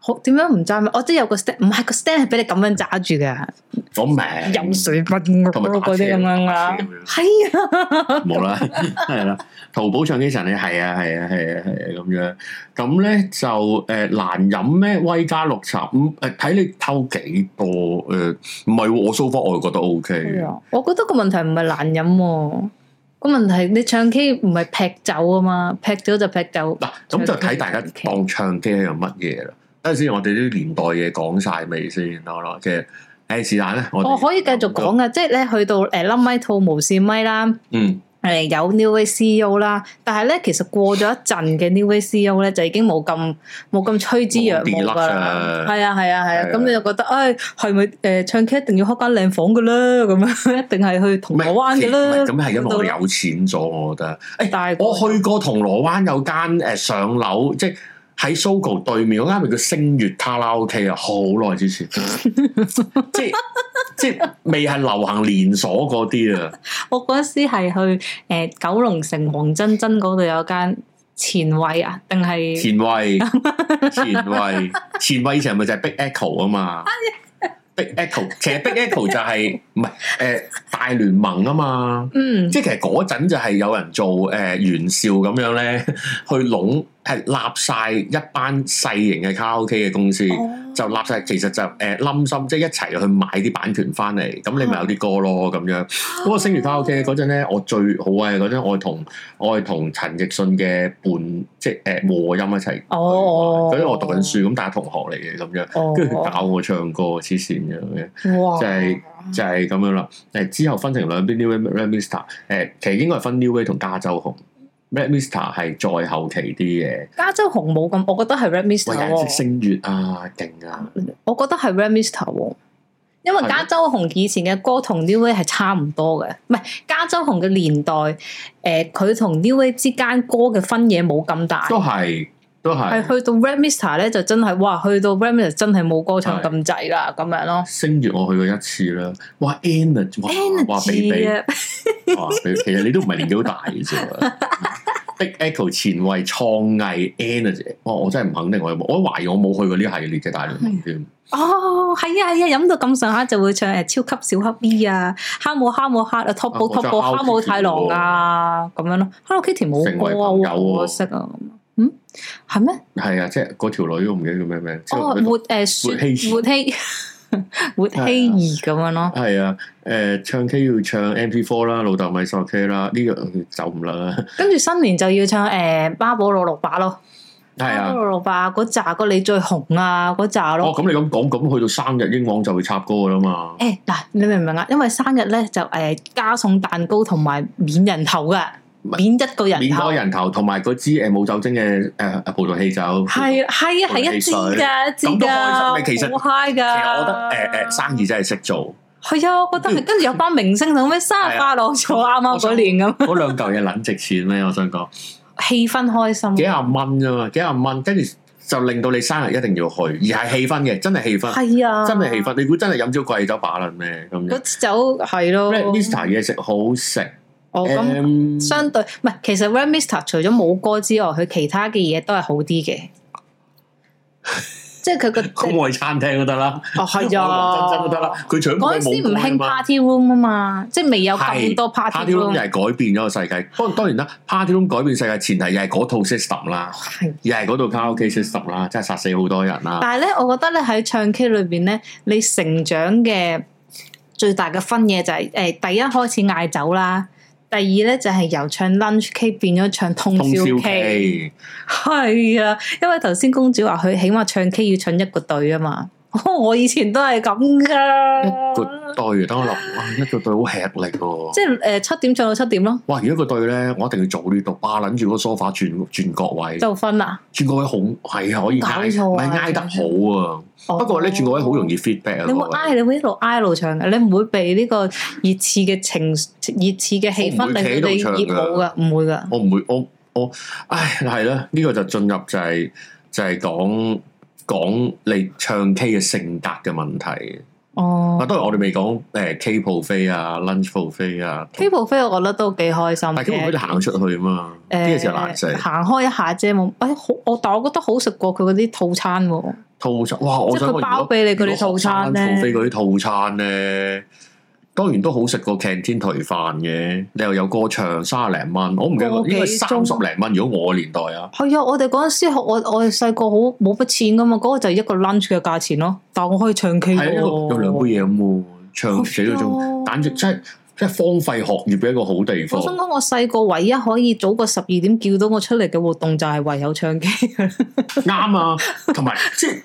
[SPEAKER 2] 好點樣唔揸咪？我哦即係有個 stand，唔係個 stand 係俾你咁樣揸住嘅，
[SPEAKER 1] 我明
[SPEAKER 2] 飲水不嗰
[SPEAKER 1] 嗯同埋打
[SPEAKER 2] 嗰啲
[SPEAKER 1] 車
[SPEAKER 2] 咁樣
[SPEAKER 1] 打
[SPEAKER 2] 啦
[SPEAKER 1] 車咁樣。
[SPEAKER 2] 係啊，
[SPEAKER 1] 冇啦， 係啦，淘寶唱機神你係啊係啊係啊係啊咁樣，咁咧就誒、呃、難飲咩威加綠茶，咁誒睇你偷幾多誒，唔係喎我 so far 我覺得 O K
[SPEAKER 2] 係啊我覺得個問題唔係難飲喎，個問題你唱 K 唔係劈酒啊嘛，劈咗就劈酒。
[SPEAKER 1] 嗱，咁就睇大家當唱機係用乜嘢啦。等陣先，我哋啲年代嘢講晒未先好啦。嘅誒是但咧，我哋
[SPEAKER 2] 我可以繼續講。噶，即係咧去到誒冧咪套無線咪啦，
[SPEAKER 1] 嗯，
[SPEAKER 2] 誒有 New Way CEO 啦，但係咧其實過咗一陣嘅 New Way CEO 咧就已經冇咁冇咁趨之若鶩㗎啦，
[SPEAKER 1] 冇
[SPEAKER 2] 係啊係啊係啊，
[SPEAKER 1] 係啊
[SPEAKER 2] 咁你就覺得誒係咪誒唱 K 一定要開間靚房㗎啦？咁樣 一定係去銅鑼灣㗎
[SPEAKER 1] 唔
[SPEAKER 2] 啦
[SPEAKER 1] 係，咁係因為我
[SPEAKER 2] 到
[SPEAKER 1] 哋有錢咗，我覺得。誒、
[SPEAKER 2] 大個
[SPEAKER 1] 我去過銅鑼灣有間誒、上樓，即係喺 Sogo 對面嗰間咪叫星月卡拉 OK 啊，好耐 之前，即係即係未係流行連鎖嗰啲啊。
[SPEAKER 2] 我嗰時係去誒、九龍城黃真真嗰度有間前衞啊，定係
[SPEAKER 1] 前衛，前衛，前衛以前咪就係 Big Echo 啊嘛。Big Echo，其實 Big Echo 就係唔係誒大聯盟啊嘛，
[SPEAKER 2] 嗯
[SPEAKER 1] 即係其實嗰陣就係有人做誒、呃、袁紹咁樣咧，去籠係立晒一班細型嘅卡拉 OK 嘅公司，
[SPEAKER 2] 哦
[SPEAKER 1] 就立晒其實就誒冧、心，即係一齊去買啲版權翻嚟，咁你咪有啲歌咯咁
[SPEAKER 2] 啊
[SPEAKER 1] 樣。嗰個星月卡拉 OK 嗰陣咧，我最好啊！嗰陣我係同我係同陳奕迅嘅伴即係誒、呃、和音一齊。
[SPEAKER 2] 哦，
[SPEAKER 1] 嗰陣我讀緊書，咁大家同學嚟嘅咁樣，
[SPEAKER 2] 哦，
[SPEAKER 1] 跟住佢教我唱歌，黐線咁樣，
[SPEAKER 2] 哇，
[SPEAKER 1] 就係
[SPEAKER 2] 啊
[SPEAKER 1] 就係咁樣啦。誒之後分成兩邊 New Way、Red Mister，誒其實應該係分 New Way 同加州紅。Red Mister 係再後期啲嘅，
[SPEAKER 2] 加州紅冇咁，我覺得係 Red
[SPEAKER 1] 喂
[SPEAKER 2] Mister
[SPEAKER 1] 有人識
[SPEAKER 2] 喎，
[SPEAKER 1] 聲樂啊，勁啊！
[SPEAKER 2] 我覺得係 Red Mister 喎。因為
[SPEAKER 1] 係咩
[SPEAKER 2] 加州紅以前嘅歌同 New Way 係差唔多嘅，唔係加州紅嘅年代，誒、佢同 New Way 之間歌嘅分野冇咁大，
[SPEAKER 1] 都係都
[SPEAKER 2] 係
[SPEAKER 1] 係
[SPEAKER 2] 去到 Red Mister 咧就真係哇，去到 Red Mister 真係冇歌唱咁滯啦，咁樣咯。
[SPEAKER 1] 聲樂我去過一次啦，哇 Energy，哇哇比
[SPEAKER 2] energy
[SPEAKER 1] 比。
[SPEAKER 2] 啊，
[SPEAKER 1] 哇！你其實你都唔係年紀好大嘅啫 喎。Big Echo 前衛創藝 energy，哇！我真係唔肯定我有冇，我懷疑我冇去過呢系列嘅大
[SPEAKER 2] 啊
[SPEAKER 1] 聯盟添。
[SPEAKER 2] 哦，係啊係啊，飲到咁上下就會唱誒超級小黑 V 啊，哈姆哈姆哈啊，top
[SPEAKER 1] 啊
[SPEAKER 2] o
[SPEAKER 1] 我
[SPEAKER 2] top
[SPEAKER 1] 真係
[SPEAKER 2] o 哈
[SPEAKER 1] Hello
[SPEAKER 2] 姆太郎啊，咁樣咯。Hello Kitty 冇
[SPEAKER 1] 成為
[SPEAKER 2] 歌啊，
[SPEAKER 1] 朋友喎
[SPEAKER 2] 好可惜啊。嗯，係咩？
[SPEAKER 1] 係啊，即係嗰條女我唔記得叫咩名，即係
[SPEAKER 2] 哦，
[SPEAKER 1] 佢
[SPEAKER 2] 活誒
[SPEAKER 1] 希啊
[SPEAKER 2] 雪活希， 活稀怡咁樣咯。
[SPEAKER 1] 係啊，誒、唱 K 要唱 MP4 啦，老豆咪索 K 啦，呢、個走唔甩啦，
[SPEAKER 2] 跟住新年就要唱誒巴寶路六把咯，
[SPEAKER 1] 係
[SPEAKER 2] 巴
[SPEAKER 1] 啊
[SPEAKER 2] 寶。路六把嗰扎個你最紅啊嗰扎咯。
[SPEAKER 1] 哦，咁你咁講，咁去到生日英皇就會插歌噶啦嘛。
[SPEAKER 2] 誒嗱、你明唔明啊？因為生日咧就誒加送蛋糕同埋免人頭噶，免一個人
[SPEAKER 1] 免
[SPEAKER 2] 頭
[SPEAKER 1] 嗰。人頭同埋嗰支誒冇酒精嘅誒葡萄汽酒。
[SPEAKER 2] 係係啊，係一支㗎，一支
[SPEAKER 1] 咁都開心嘅其實
[SPEAKER 2] 㗎，好 high 㗎。其
[SPEAKER 1] 其實我覺得誒誒生意真係識做，
[SPEAKER 2] 係啊，我 覺得係跟住有班明星同咩生
[SPEAKER 1] 啊
[SPEAKER 2] 日快樂咗啱啱嗰年咁，
[SPEAKER 1] 嗰兩嚿嘢撚值錢咩？我 想
[SPEAKER 2] 嗯
[SPEAKER 1] 講
[SPEAKER 2] 氣氛開
[SPEAKER 1] 幾
[SPEAKER 2] 心。
[SPEAKER 1] 廿蚊啫嘛，幾廿蚊，跟住就令到你生日一定要去，而係氣氛嘅，真係氣氛，
[SPEAKER 2] 係啊，
[SPEAKER 1] 真係氣。氛。你估真係飲咗貴酒把撚咩咁
[SPEAKER 2] 嗰
[SPEAKER 1] 樣？
[SPEAKER 2] 支酒係咯，
[SPEAKER 1] 咩 Mr 嘢食好食？
[SPEAKER 2] 我哦咁
[SPEAKER 1] 誒
[SPEAKER 2] 相對唔係，其實 Red Mister 除咗冇歌之外，佢其他嘅嘢都係好啲 嘅，即係佢個
[SPEAKER 1] 咁我去餐廳都得啦，
[SPEAKER 2] 哦係
[SPEAKER 1] 我去黃
[SPEAKER 2] 啊，
[SPEAKER 1] 真真都得啦。佢除咗
[SPEAKER 2] 嗰陣時唔
[SPEAKER 1] 興
[SPEAKER 2] 興 party room 啊嘛，即係未有
[SPEAKER 1] 係
[SPEAKER 2] 咁多 party
[SPEAKER 1] party room 又
[SPEAKER 2] room，
[SPEAKER 1] 係改變咗個世界。不過當然啦，party room 改變世界前提又係嗰套 system 啦，
[SPEAKER 2] 係
[SPEAKER 1] 又係嗰套卡拉 OK system 啦，真係殺死好多人啦。
[SPEAKER 2] 但係咧，我覺得咧喺唱 K 裏邊咧，你成長嘅最大嘅分野就係、誒、第一開始嗌酒啦，第二咧就係、由唱 lunch K 變咗唱通
[SPEAKER 1] 通宵
[SPEAKER 2] 宵 K，
[SPEAKER 1] K
[SPEAKER 2] 係啊，因為頭先公主話佢起碼唱 K 要唱一個隊啊嘛， 我以前都係咁
[SPEAKER 1] 個
[SPEAKER 2] 噶，
[SPEAKER 1] 隊，等我諗，哇，一個隊好吃力喎。
[SPEAKER 2] 即係誒七點唱到七點咯，
[SPEAKER 1] 哇！如果個隊咧，我一定要早呢度霸撚住個 sofa 轉轉角位，
[SPEAKER 2] 就分啦。
[SPEAKER 1] 轉角位好係啊，可以
[SPEAKER 2] 搞
[SPEAKER 1] 挨，
[SPEAKER 2] 錯
[SPEAKER 1] 唔
[SPEAKER 2] 啊
[SPEAKER 1] 係挨得好啊。
[SPEAKER 2] 不
[SPEAKER 1] 不過咧，轉角位好容易 feedback 啊。
[SPEAKER 2] 你
[SPEAKER 1] 嗰
[SPEAKER 2] 會
[SPEAKER 1] 位
[SPEAKER 2] 挨，你會一路挨一路唱嘅，你唔會被呢個熱刺嘅情熱刺嘅氣
[SPEAKER 1] 我
[SPEAKER 2] 氛
[SPEAKER 1] 唔會企
[SPEAKER 2] 令
[SPEAKER 1] 喺度
[SPEAKER 2] 到你
[SPEAKER 1] 唱㗎
[SPEAKER 2] 熱舞噶，唔會噶。
[SPEAKER 1] 我唔會，我我，唉，係啦，呢、個就進入就係、就係、講講你唱 K 嘅性格嘅問題。
[SPEAKER 2] 哦
[SPEAKER 1] 啊，當然我哋未講誒 K 鋪飛啊、lunch 鋪飛啊，
[SPEAKER 2] ，K 部飛我覺得都幾開心
[SPEAKER 1] 但係 K 鋪飛
[SPEAKER 2] 嘅
[SPEAKER 1] 就。行出去啊嘛，呢
[SPEAKER 2] 誒
[SPEAKER 1] 個時候難食。
[SPEAKER 2] 行開一下啫，冇誒好我，但我覺得好食過佢嗰啲套餐喎。
[SPEAKER 1] 套餐，哇！我
[SPEAKER 2] 即係
[SPEAKER 1] 想
[SPEAKER 2] 佢
[SPEAKER 1] 講
[SPEAKER 2] 包
[SPEAKER 1] 如果
[SPEAKER 2] 俾你嗰啲
[SPEAKER 1] 如果
[SPEAKER 2] 套餐咧
[SPEAKER 1] 學生鋪飛嗰啲套餐咧，當然都好食過 canteen 頹飯嘅。你又有歌唱，三十零蚊，我唔記得
[SPEAKER 2] 個幾
[SPEAKER 1] 應該三十零蚊。如果我年代啊，
[SPEAKER 2] 係啊，我哋嗰陣時學我我哋細個好冇乜錢噶嘛，嗰、個就一個 lunch 嘅價錢咯。但我可以唱 K
[SPEAKER 1] 係
[SPEAKER 2] 喎
[SPEAKER 1] 啊，一個有兩杯嘢咁喎，唱死嗰種。簡直真係真係荒廢學業嘅一個好地
[SPEAKER 2] 我想
[SPEAKER 1] 方。
[SPEAKER 2] 講，我細個唯一可以早過十二點叫到我出嚟嘅活動就係唯有唱 K。
[SPEAKER 1] 啱啊，同埋即係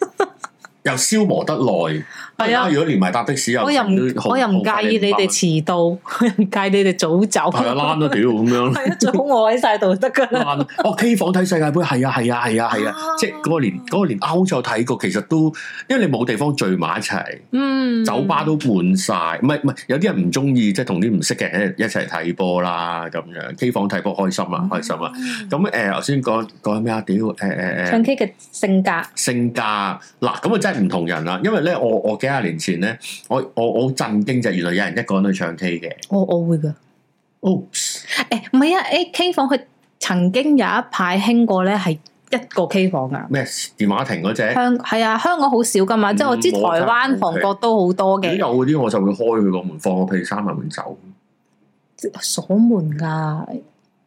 [SPEAKER 1] 又消磨得耐。
[SPEAKER 2] 係啊
[SPEAKER 1] 如果連埋搭的士又
[SPEAKER 2] 我又唔
[SPEAKER 1] 好
[SPEAKER 2] 我又唔介意你哋遲到， 我又唔介意你哋早走。
[SPEAKER 1] 啊係啊，躝都屌咁 樣。
[SPEAKER 2] 係啊，最好我喺晒度得噶啦。
[SPEAKER 1] 爛 哦，K 房睇世界盃係啊係啊係啊係啊
[SPEAKER 2] 啊，
[SPEAKER 1] 即係嗰個連嗰個連歐洲睇過，其實都因為你冇地方聚埋一齊，
[SPEAKER 2] 嗯，
[SPEAKER 1] 酒吧都滿晒，唔係唔係有啲人唔中意，即係同啲唔識嘅人一齊睇波啦咁樣，K 房睇波開心啊開心啊！
[SPEAKER 2] 嗯
[SPEAKER 1] 咁誒頭先講講咩啊？屌誒誒誒
[SPEAKER 2] 唱。K 嘅性格
[SPEAKER 1] 性格嗱，咁啊真係唔同人啦。因為咧，我我幾廿年前咧，我我我好震驚就係原來有人一個人去唱 K 嘅。
[SPEAKER 2] 我我會噶。
[SPEAKER 1] 哦，
[SPEAKER 2] 誒唔係啊，誒 K 房佢曾經有一排興過咧，係一個 K 房噶。
[SPEAKER 1] 咩電話亭嗰只，
[SPEAKER 2] 香係啊，香港好少噶嘛，即係我知
[SPEAKER 1] 嗯
[SPEAKER 2] 台
[SPEAKER 1] 冇㗎
[SPEAKER 2] 灣、韓國都好多
[SPEAKER 1] 如
[SPEAKER 2] 嘅，
[SPEAKER 1] 果有嗰啲我就會開佢個門，放我屁閂埋門走，
[SPEAKER 2] 鎖門㗎。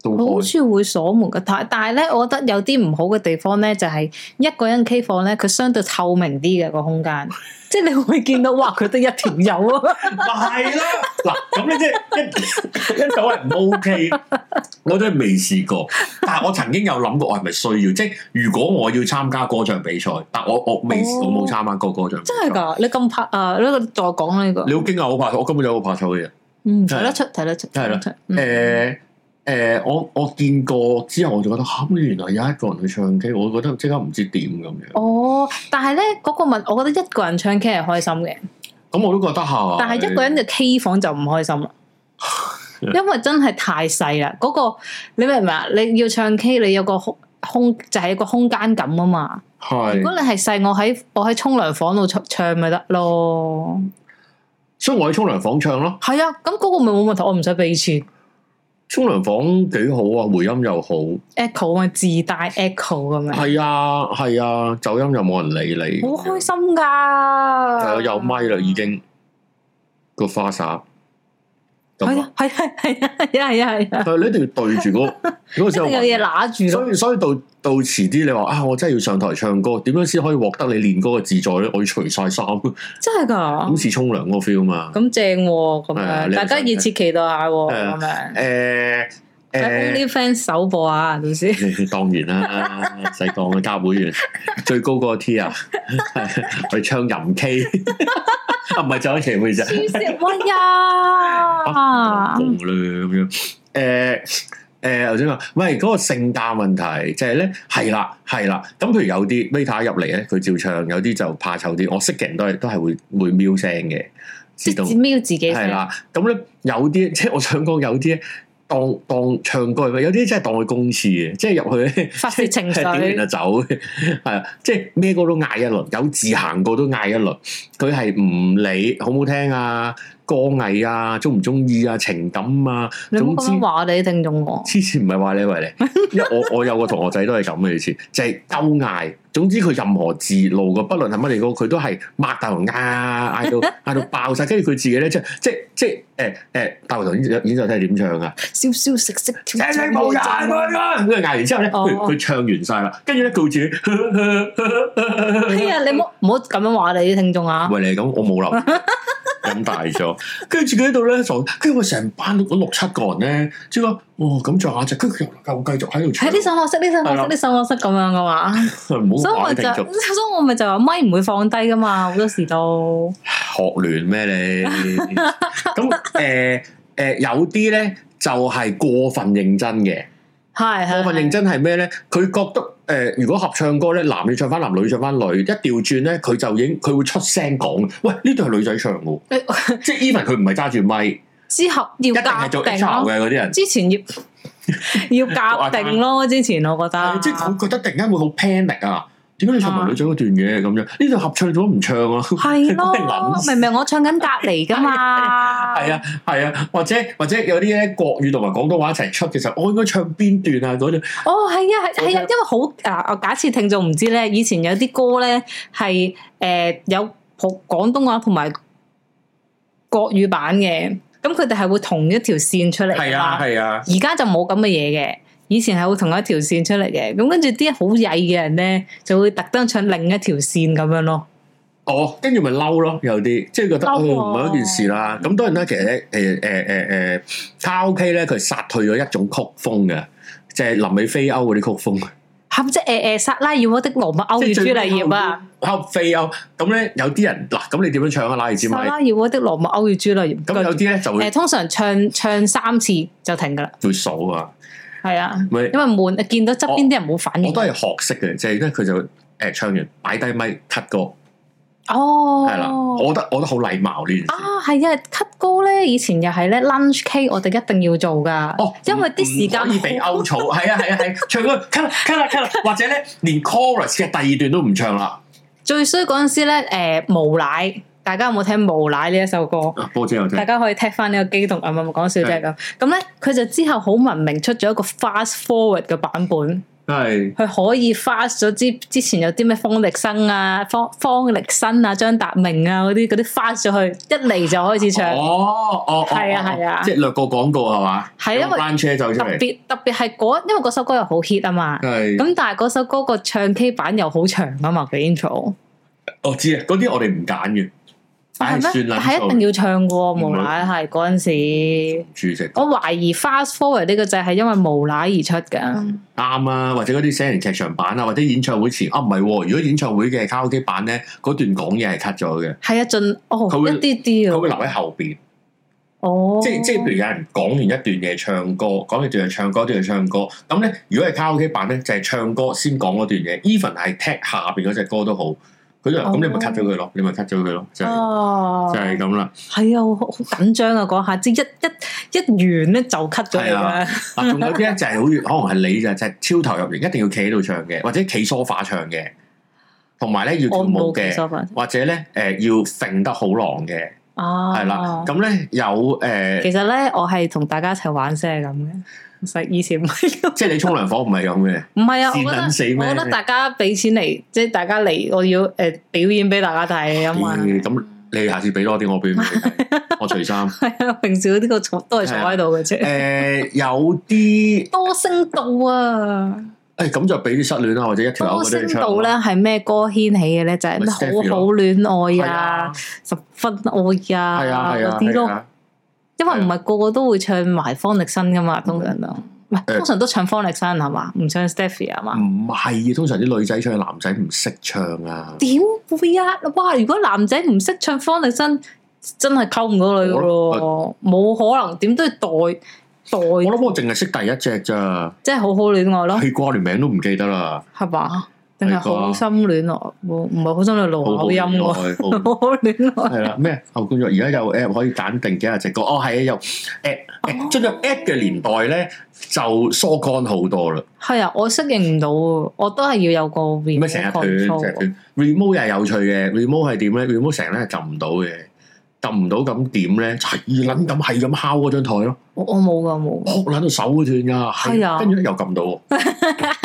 [SPEAKER 1] 都
[SPEAKER 2] 佢好
[SPEAKER 1] 開。
[SPEAKER 2] 似會鎖門嘅，但但係咧，我覺得有啲唔好嘅地方咧，就係、一個人 K 房咧，佢相對透明啲嘅個空 間，即係你會見到，哇，佢得一條友啊，
[SPEAKER 1] 咪係啦，嗱，咁你即係一一走係唔 OK，我真係未試過。但係我曾經有諗過，我係咪需要？即係如果我要參加歌唱比賽，但我我未
[SPEAKER 2] 哦
[SPEAKER 1] 我冇參加過歌唱比賽
[SPEAKER 2] 真係。㗎！你咁怕啊？呢個再講呢個
[SPEAKER 1] 你，好驚訝，我怕醜，我根本就好怕醜嘅人。
[SPEAKER 2] 嗯，
[SPEAKER 1] 真係
[SPEAKER 2] 睇得出，睇得出，
[SPEAKER 1] 真係啦
[SPEAKER 2] 睇得出，嗯
[SPEAKER 1] 誒誒，我我見過之後，我就覺得嚇，咁原來有一個人去唱 K，我覺得即刻唔知點咁樣。
[SPEAKER 2] 哦，但係咧嗰個問，我覺得一個人唱 K 係開心嘅，
[SPEAKER 1] 咁我都覺得嚇。
[SPEAKER 2] 但哦係一個人嘅 K 房就唔開心啦。因為 真係太細啦，嗰、個你明唔明啊？你要唱 K，你有個空空就係、一個空間感啊嘛。如
[SPEAKER 1] 係，
[SPEAKER 2] 果你係細，我喺我喺沖涼房度唱唱咪得咯。
[SPEAKER 1] 所以我喺沖涼房唱咯。
[SPEAKER 2] 係啊，咁嗰個咪冇問題，我唔使俾錢。
[SPEAKER 1] 沖涼房幾好啊，回音又好。
[SPEAKER 2] Echo 咪自帶 Echo 咁樣，
[SPEAKER 1] 係啊係啊，走音又冇人理你。
[SPEAKER 2] 好開心㗎。
[SPEAKER 1] 係啊
[SPEAKER 2] 係
[SPEAKER 1] 啊，有咪啦已。經個花灑。咁
[SPEAKER 2] 係
[SPEAKER 1] 啊
[SPEAKER 2] 啊，係啊，係啊，係啊，係啊，係啊，
[SPEAKER 1] 佢你一定要對住嗰 嗰個
[SPEAKER 2] 一
[SPEAKER 1] 時候
[SPEAKER 2] 定有嘢揦住咯。
[SPEAKER 1] 所以所以到到遲啲你話啊，我真係要上台唱歌，點樣先可以獲得你練歌嘅自在咧？我要除晒衫，
[SPEAKER 2] 哦
[SPEAKER 1] 好
[SPEAKER 2] 真係㗎。
[SPEAKER 1] 似沖涼嗰個 feel 嘛。
[SPEAKER 2] 咁正喎，咁
[SPEAKER 1] 係啊你
[SPEAKER 2] 樣
[SPEAKER 1] 又
[SPEAKER 2] 大家
[SPEAKER 1] 想
[SPEAKER 2] 熱切期待下喎，
[SPEAKER 1] 係啊
[SPEAKER 2] 咁樣。
[SPEAKER 1] 誒誒，
[SPEAKER 2] 啲 fans 首播啊，到時
[SPEAKER 1] 當然 啦，唔使講啦，加會員最高嗰個 T 啊，去唱淫 K 啊，唔係啊就一期會啫。
[SPEAKER 2] 黐線，喂呀！
[SPEAKER 1] 共咧咁樣。誒誒，頭先話，喂，嗰個性價問題就係咧，係啦係啦。咁譬如有啲 waiter 入嚟咧，佢照唱；有啲就怕醜啲。我識嘅人都係都係會會喵聲嘅，
[SPEAKER 2] 即
[SPEAKER 1] 自
[SPEAKER 2] 係
[SPEAKER 1] 動
[SPEAKER 2] 自瞄自己
[SPEAKER 1] 係
[SPEAKER 2] 聲，
[SPEAKER 1] 啦。咁咧有啲即係我想講有啲咧。當當唱歌係咪，有啲真係當佢公廁嘅，即係入去咧
[SPEAKER 2] 發泄情緒
[SPEAKER 1] 即係點完就走，係啊，即係咩歌都嗌一輪，有字行過都嗌一輪，佢係唔理好唔好聽啊，歌藝啊，中唔中意啊，情感啊，
[SPEAKER 2] 你唔
[SPEAKER 1] 總
[SPEAKER 2] 好
[SPEAKER 1] 之
[SPEAKER 2] 咁樣話我哋聽眾喎。
[SPEAKER 1] 黐線唔係話你為你， 因為我我有個同學仔都係咁嘅以前，就係鳩嗌。總之佢任何字路嘅，不論係乜嘢歌，佢都係擘大喉啊嗌 到嗌到爆晒。跟住佢自己咧，即即即誒誒大頭演演奏睇係點唱啊？
[SPEAKER 2] 消消食食跳
[SPEAKER 1] 請你冇眼佢啊！跟住嗌完之後咧，佢
[SPEAKER 2] 哦
[SPEAKER 1] 佢唱完晒啦，跟住咧佢自己。
[SPEAKER 2] 哎 呀，你唔好唔好咁樣話你啲聽眾啊！
[SPEAKER 1] 喂，你係咁我冇留 意，咁大咗，跟住自己喺度咧就，跟住我成班六六七個人咧，即係話哦咁上下就，跟住又又繼續喺度唱
[SPEAKER 2] 喺，呢首我識，呢首
[SPEAKER 1] 係
[SPEAKER 2] 我
[SPEAKER 1] 啦
[SPEAKER 2] 識，呢首我識咁樣嘅話，
[SPEAKER 1] 唔
[SPEAKER 2] 所以
[SPEAKER 1] 好
[SPEAKER 2] 我
[SPEAKER 1] 玩啊
[SPEAKER 2] 就
[SPEAKER 1] 聽
[SPEAKER 2] 所
[SPEAKER 1] 眾
[SPEAKER 2] 以我咪就話咪唔會放低噶嘛，好多時都
[SPEAKER 1] 學聯咩你？ 咁誒誒有啲咧就係過分認真嘅，
[SPEAKER 2] 係係
[SPEAKER 1] 過分認真係咩咧？佢覺得誒、呃如果合唱歌咧，男女唱翻男，女唱翻女，一調轉咧，佢就已經佢會出聲講，喂呢度係女仔唱 嘅
[SPEAKER 2] 誒
[SPEAKER 1] 喎，即係 even 佢唔係揸住咪，一
[SPEAKER 2] 之後要
[SPEAKER 1] 定係
[SPEAKER 2] 夾
[SPEAKER 1] 做
[SPEAKER 2] 定
[SPEAKER 1] HR
[SPEAKER 2] 咯，
[SPEAKER 1] 嘅嗰啲人。
[SPEAKER 2] 之前 要要夾定咯，之前我覺得
[SPEAKER 1] 係即係佢覺得突然間會好 panic 啊！點解你唱埋女仔嗰段嘅咁樣？呢度合唱咗唔唱啊？
[SPEAKER 2] 係
[SPEAKER 1] 關你撚
[SPEAKER 2] 咯，
[SPEAKER 1] 事
[SPEAKER 2] 明明我唱緊隔離噶嘛，
[SPEAKER 1] 係啊係啊，或者或者有啲咧國語同埋廣東話一齊出嘅時候，我應該唱邊段啊？嗰段
[SPEAKER 2] 哦，係啊，係係啊，因為好啊，我假設聽眾唔知咧，以前有啲歌咧係誒有普廣東話同埋國語版嘅，咁佢哋係會同一條線出嚟㗎
[SPEAKER 1] 係啊
[SPEAKER 2] 嘛。
[SPEAKER 1] 係啊，
[SPEAKER 2] 而家就冇咁嘅嘢嘅，以前係會同一條線出嚟嘅，咁跟住啲好曳嘅人咧就會特登唱另一條線咁樣咯。
[SPEAKER 1] 哦，跟住咪嬲咯，有啲即係覺得
[SPEAKER 2] 嬲
[SPEAKER 1] 哦
[SPEAKER 2] 喎
[SPEAKER 1] 唔係一件事啦。咁當然啦，其實咧誒誒誒誒卡拉 OK 咧，佢殺退咗一種曲風嘅。就係臨尾飛歐嗰啲曲風，
[SPEAKER 2] 咁啊即係誒誒撒拉熱窩的羅密歐與朱麗葉啊！！
[SPEAKER 1] 歐飛歐咁咧，有啲人嗱，咁你點樣唱啊？拉住支
[SPEAKER 2] 撒
[SPEAKER 1] 咪，
[SPEAKER 2] 拉熱窩的羅密歐與朱麗葉。
[SPEAKER 1] 咁有啲咧就
[SPEAKER 2] 誒
[SPEAKER 1] 會
[SPEAKER 2] 通常唱唱三次就停㗎啦，
[SPEAKER 1] 會數啊，
[SPEAKER 2] 係啊。
[SPEAKER 1] 咪
[SPEAKER 2] 因為悶，見到側邊啲人冇反
[SPEAKER 1] 我
[SPEAKER 2] 應
[SPEAKER 1] 都。係學識嘅，就係咧佢就誒唱完擺低咪 cut 歌，
[SPEAKER 2] 哦，
[SPEAKER 1] 係啦，我覺得我覺得好禮貌呢件事。
[SPEAKER 2] 啊，係啊，cut 歌咧，以前又係咧 lunch K，我哋一定要做噶。
[SPEAKER 1] 哦，
[SPEAKER 2] 因為啲
[SPEAKER 1] 唔
[SPEAKER 2] 時間
[SPEAKER 1] 唔可以被勾 草，係啊係啊係，唱嗰個 cut 啦 cut 啦 cut 啦，或者咧連 chorus 嘅第二段都唔唱啦。
[SPEAKER 2] 最衰嗰陣時咧，誒、無賴，呃大家有冇聽無賴呢一首歌？
[SPEAKER 1] 啊波姐又聽
[SPEAKER 2] 大，家可以踢翻呢個機動啊，唔係唔係講笑
[SPEAKER 1] 嗯
[SPEAKER 2] 啫咁。咁咧，佢就之後好文明出咗一個 fast forward 嘅版本，佢
[SPEAKER 1] 係
[SPEAKER 2] 可以 fast 咗之之前有啲咩方力申啊、方方力申啊、張達明啊嗰啲嗰啲 fast 咗去，一嚟就開始唱。
[SPEAKER 1] 哦哦哦，
[SPEAKER 2] 係啊
[SPEAKER 1] 哦
[SPEAKER 2] 係啊
[SPEAKER 1] 即係略過廣告係嘛？
[SPEAKER 2] 係啊因為
[SPEAKER 1] 班車走出
[SPEAKER 2] 特
[SPEAKER 1] 嚟，嗯
[SPEAKER 2] 別特別係嗰，因為嗰首歌又好 hit 啊嘛。
[SPEAKER 1] 係
[SPEAKER 2] 咁但係嗰首歌個唱 K 版又好長啊嘛，個 intro
[SPEAKER 1] 我知啊，嗰啲我哋唔揀嘅，唉
[SPEAKER 2] 哦係
[SPEAKER 1] 算
[SPEAKER 2] 咩？
[SPEAKER 1] 啦
[SPEAKER 2] 係一定要唱過
[SPEAKER 1] 唔好
[SPEAKER 2] 無賴係嗰陣時，
[SPEAKER 1] 主席
[SPEAKER 2] 我懷疑 Fast Forward 呢個掣係因為無賴而出㗎。
[SPEAKER 1] 啱啊，或者嗰啲寫人劇場版啊，或者演唱會前啊，唔係喎，如果演唱會嘅卡拉 OK 版咧，嗰段講嘢係 cut 咗嘅。
[SPEAKER 2] 係啊，盡哦
[SPEAKER 1] 佢會
[SPEAKER 2] 一啲啲
[SPEAKER 1] 佢
[SPEAKER 2] 啊，
[SPEAKER 1] 會留喺後邊，
[SPEAKER 2] 哦，
[SPEAKER 1] 即係即係譬如有人講完一段嘢唱歌，講完一段嘢唱歌，一段嘢唱歌，咁咧如果係卡拉 OK 版咧，就係、唱歌先講嗰段嘢，even 係踢下邊嗰只歌都好，佢都話
[SPEAKER 2] 哦
[SPEAKER 1] 咁你咪 cut 咗佢咯，你咪 cut 咗佢咯，就係、
[SPEAKER 2] 哦，
[SPEAKER 1] 就係咁啦。
[SPEAKER 2] 係啊，好好緊張啊嗰下，即係一一一完咧就 cut 咗你
[SPEAKER 1] 係啊
[SPEAKER 2] 啦。
[SPEAKER 1] 啊，仲有啲咧就係好似可能係你就就係超投入型，一定要企喺度唱嘅，或者企 sofa 唱嘅，同埋咧要跳
[SPEAKER 2] 我
[SPEAKER 1] 舞
[SPEAKER 2] 冇嘅
[SPEAKER 1] 嘅，
[SPEAKER 2] 手法
[SPEAKER 1] 或者咧誒、呃要揈得好狼嘅，
[SPEAKER 2] 啊，
[SPEAKER 1] 係啦。咁咧有誒，呃
[SPEAKER 2] 其實咧，我係同大家一齊玩先係咁嘅，唔使以前唔係咁。
[SPEAKER 1] 即係你沖涼房唔係咁嘅。
[SPEAKER 2] 唔係啊，
[SPEAKER 1] 善撚
[SPEAKER 2] 我
[SPEAKER 1] 死
[SPEAKER 2] 覺
[SPEAKER 1] 咩
[SPEAKER 2] 得我覺得大家俾錢嚟，即係大家嚟，我要誒、呃表演俾大家睇啊嘛。
[SPEAKER 1] 咦咁你下次俾多啲我俾面你睇，我除衫。
[SPEAKER 2] 係啊， 平時嗰啲個坐都係坐喺度嘅
[SPEAKER 1] 誒、
[SPEAKER 2] 啫，
[SPEAKER 1] 呃有啲
[SPEAKER 2] 多聲道啊！
[SPEAKER 1] 誒咁就俾啲失戀啦，或者一條友
[SPEAKER 2] 多
[SPEAKER 1] 嗰啲
[SPEAKER 2] 聲
[SPEAKER 1] 嚟
[SPEAKER 2] 道
[SPEAKER 1] 唱
[SPEAKER 2] 咧
[SPEAKER 1] 哦啦。
[SPEAKER 2] 係咩歌掀起嘅咧？就係
[SPEAKER 1] 咪
[SPEAKER 2] 咩好
[SPEAKER 1] 啊 Stephy 咯
[SPEAKER 2] 好戀愛
[SPEAKER 1] 係
[SPEAKER 2] 啊
[SPEAKER 1] 啊、
[SPEAKER 2] 十分愛啊
[SPEAKER 1] 係啊係
[SPEAKER 2] 嗰
[SPEAKER 1] 啊
[SPEAKER 2] 啲
[SPEAKER 1] 係
[SPEAKER 2] 咯。
[SPEAKER 1] 啊，
[SPEAKER 2] 因為唔係個個都會唱埋方力申噶嘛，通常都唔係
[SPEAKER 1] 誒
[SPEAKER 2] 通常都唱方力申係嘛，唔唱 Stephy 係嘛？
[SPEAKER 1] 唔係通常啲女仔唱，男仔唔識唱啊。
[SPEAKER 2] 點會啊？哇！如果男仔唔識唱方力申，真係溝唔到女噶咯，冇可能，點都要代
[SPEAKER 1] 我
[SPEAKER 2] 代，
[SPEAKER 1] 諗我淨係識第一隻咋，
[SPEAKER 2] 即係好好戀愛咯，
[SPEAKER 1] 係啩連名都唔記得啦。
[SPEAKER 2] 係嘛？定係
[SPEAKER 1] 係啩
[SPEAKER 2] 好心戀愛？冇唔係好心戀愛，
[SPEAKER 1] 好
[SPEAKER 2] 盧
[SPEAKER 1] 好
[SPEAKER 2] 口音喎，好
[SPEAKER 1] 愛，好
[SPEAKER 2] 好戀愛。
[SPEAKER 1] 係啦，咩後工作而家有 app 可以揀定幾廿隻歌，哦係啊，有 app，誒進入 app 嘅年代咧就疏乾好多啦，
[SPEAKER 2] 係啊，我適應唔到喎，我都係要有個 r e
[SPEAKER 1] 咩
[SPEAKER 2] m
[SPEAKER 1] 成日斷成日斷，remote 又係有趣嘅，remote 係點咧？remote 成日咧撳唔到嘅，撳唔到咁點咧？係撚咁係咁敲嗰張台咯，
[SPEAKER 2] 我我冇噶冇㗎，
[SPEAKER 1] 撲撚到手都斷㗎，
[SPEAKER 2] 係啊
[SPEAKER 1] 跟住咧又撳到喎，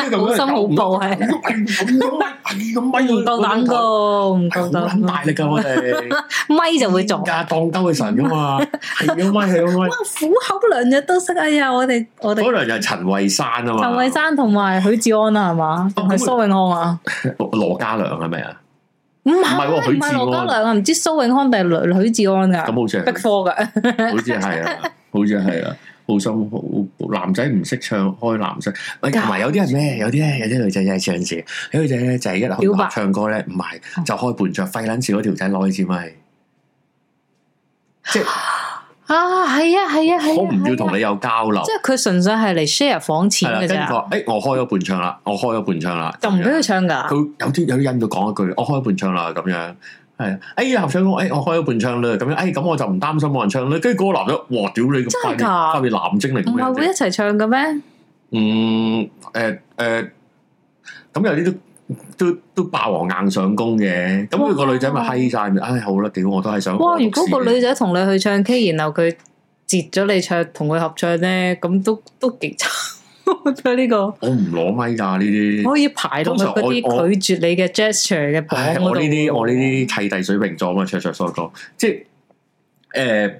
[SPEAKER 1] 跟住
[SPEAKER 2] 好
[SPEAKER 1] 咁樣
[SPEAKER 2] 心好
[SPEAKER 1] 撳唔到
[SPEAKER 2] 報係，
[SPEAKER 1] 係咁樣係咁咪
[SPEAKER 2] 唔夠膽噶，唔
[SPEAKER 1] 好
[SPEAKER 2] 夠
[SPEAKER 1] 撚大
[SPEAKER 2] 膽，
[SPEAKER 1] 力㗎我哋，
[SPEAKER 2] 咪就會撞。
[SPEAKER 1] 架當鳩嘅神㗎嘛，係咁咪係咁咪
[SPEAKER 2] 哇。，苦口良藥都識，哎呀，我哋我哋
[SPEAKER 1] 可能就係陳慧珊啊嘛，
[SPEAKER 2] 陳慧珊同埋許志安啊，係嘛？
[SPEAKER 1] 哦
[SPEAKER 2] 同埋蘇永康啊？
[SPEAKER 1] 羅羅嘉良係咪啊？
[SPEAKER 2] 唔
[SPEAKER 1] 係喎
[SPEAKER 2] 係
[SPEAKER 1] 許
[SPEAKER 2] 唔
[SPEAKER 1] 志安
[SPEAKER 2] 係羅嘉良啊？唔知蘇永康定係羅許志安
[SPEAKER 1] 咁
[SPEAKER 2] 噶？
[SPEAKER 1] 好似
[SPEAKER 2] 逼
[SPEAKER 1] 係，
[SPEAKER 2] 科噶，
[SPEAKER 1] 好似係啊，好似係啊，好心好男仔唔識唱開男聲，喂同埋有啲人咧，有啲咧，有啲女仔真係唱字，有啲女仔咧就係一
[SPEAKER 2] 表
[SPEAKER 1] 口
[SPEAKER 2] 白哦
[SPEAKER 1] 白唱歌咧，唔係就開伴唱，廢撚事嗰條仔攞支咪，即係
[SPEAKER 2] 啊，係啊，係啊，係啊，
[SPEAKER 1] 我唔要
[SPEAKER 2] 係啊
[SPEAKER 1] 同你有交流
[SPEAKER 2] 即，係佢純粹係啊嚟 share 房
[SPEAKER 1] 係
[SPEAKER 2] 錢
[SPEAKER 1] 啦，
[SPEAKER 2] 嘅
[SPEAKER 1] 跟住佢
[SPEAKER 2] 啫，
[SPEAKER 1] 話，誒我開咗伴唱啦，我開咗伴唱啦，
[SPEAKER 2] 就唔俾佢唱噶。
[SPEAKER 1] 佢有啲有啲印度講一句，我開伴唱啦咁樣，係啊，哎呀合唱我，哎我開咗伴唱啦咁樣，哎咁我就唔擔心冇人唱啦。跟住嗰個男仔，哇屌
[SPEAKER 2] 真
[SPEAKER 1] 你
[SPEAKER 2] 係
[SPEAKER 1] 咁
[SPEAKER 2] 㗎
[SPEAKER 1] 塊面藍精靈
[SPEAKER 2] 唔
[SPEAKER 1] 咁
[SPEAKER 2] 係
[SPEAKER 1] 樣
[SPEAKER 2] 會一
[SPEAKER 1] 啫，
[SPEAKER 2] 齊唱嘅咩？
[SPEAKER 1] 嗯誒誒，咁有啲都都都霸王硬上弓嘅，咁佢個女仔咪閪晒咪，唉好啦，屌我都係想
[SPEAKER 2] 哇！如果個女仔同你去唱 K，然後佢截咗你唱，同佢合唱咧，咁都都幾慘。我覺得呢個
[SPEAKER 1] 我唔攞咪㗎呢啲。
[SPEAKER 2] 可以排到去嗰
[SPEAKER 1] 通常我我
[SPEAKER 2] 啲拒絕你嘅 gesture 嘅榜
[SPEAKER 1] 唉，
[SPEAKER 2] 嗰
[SPEAKER 1] 我
[SPEAKER 2] 度
[SPEAKER 1] 呢啲我呢啲契弟水瓶座啊，卓卓所講，即係誒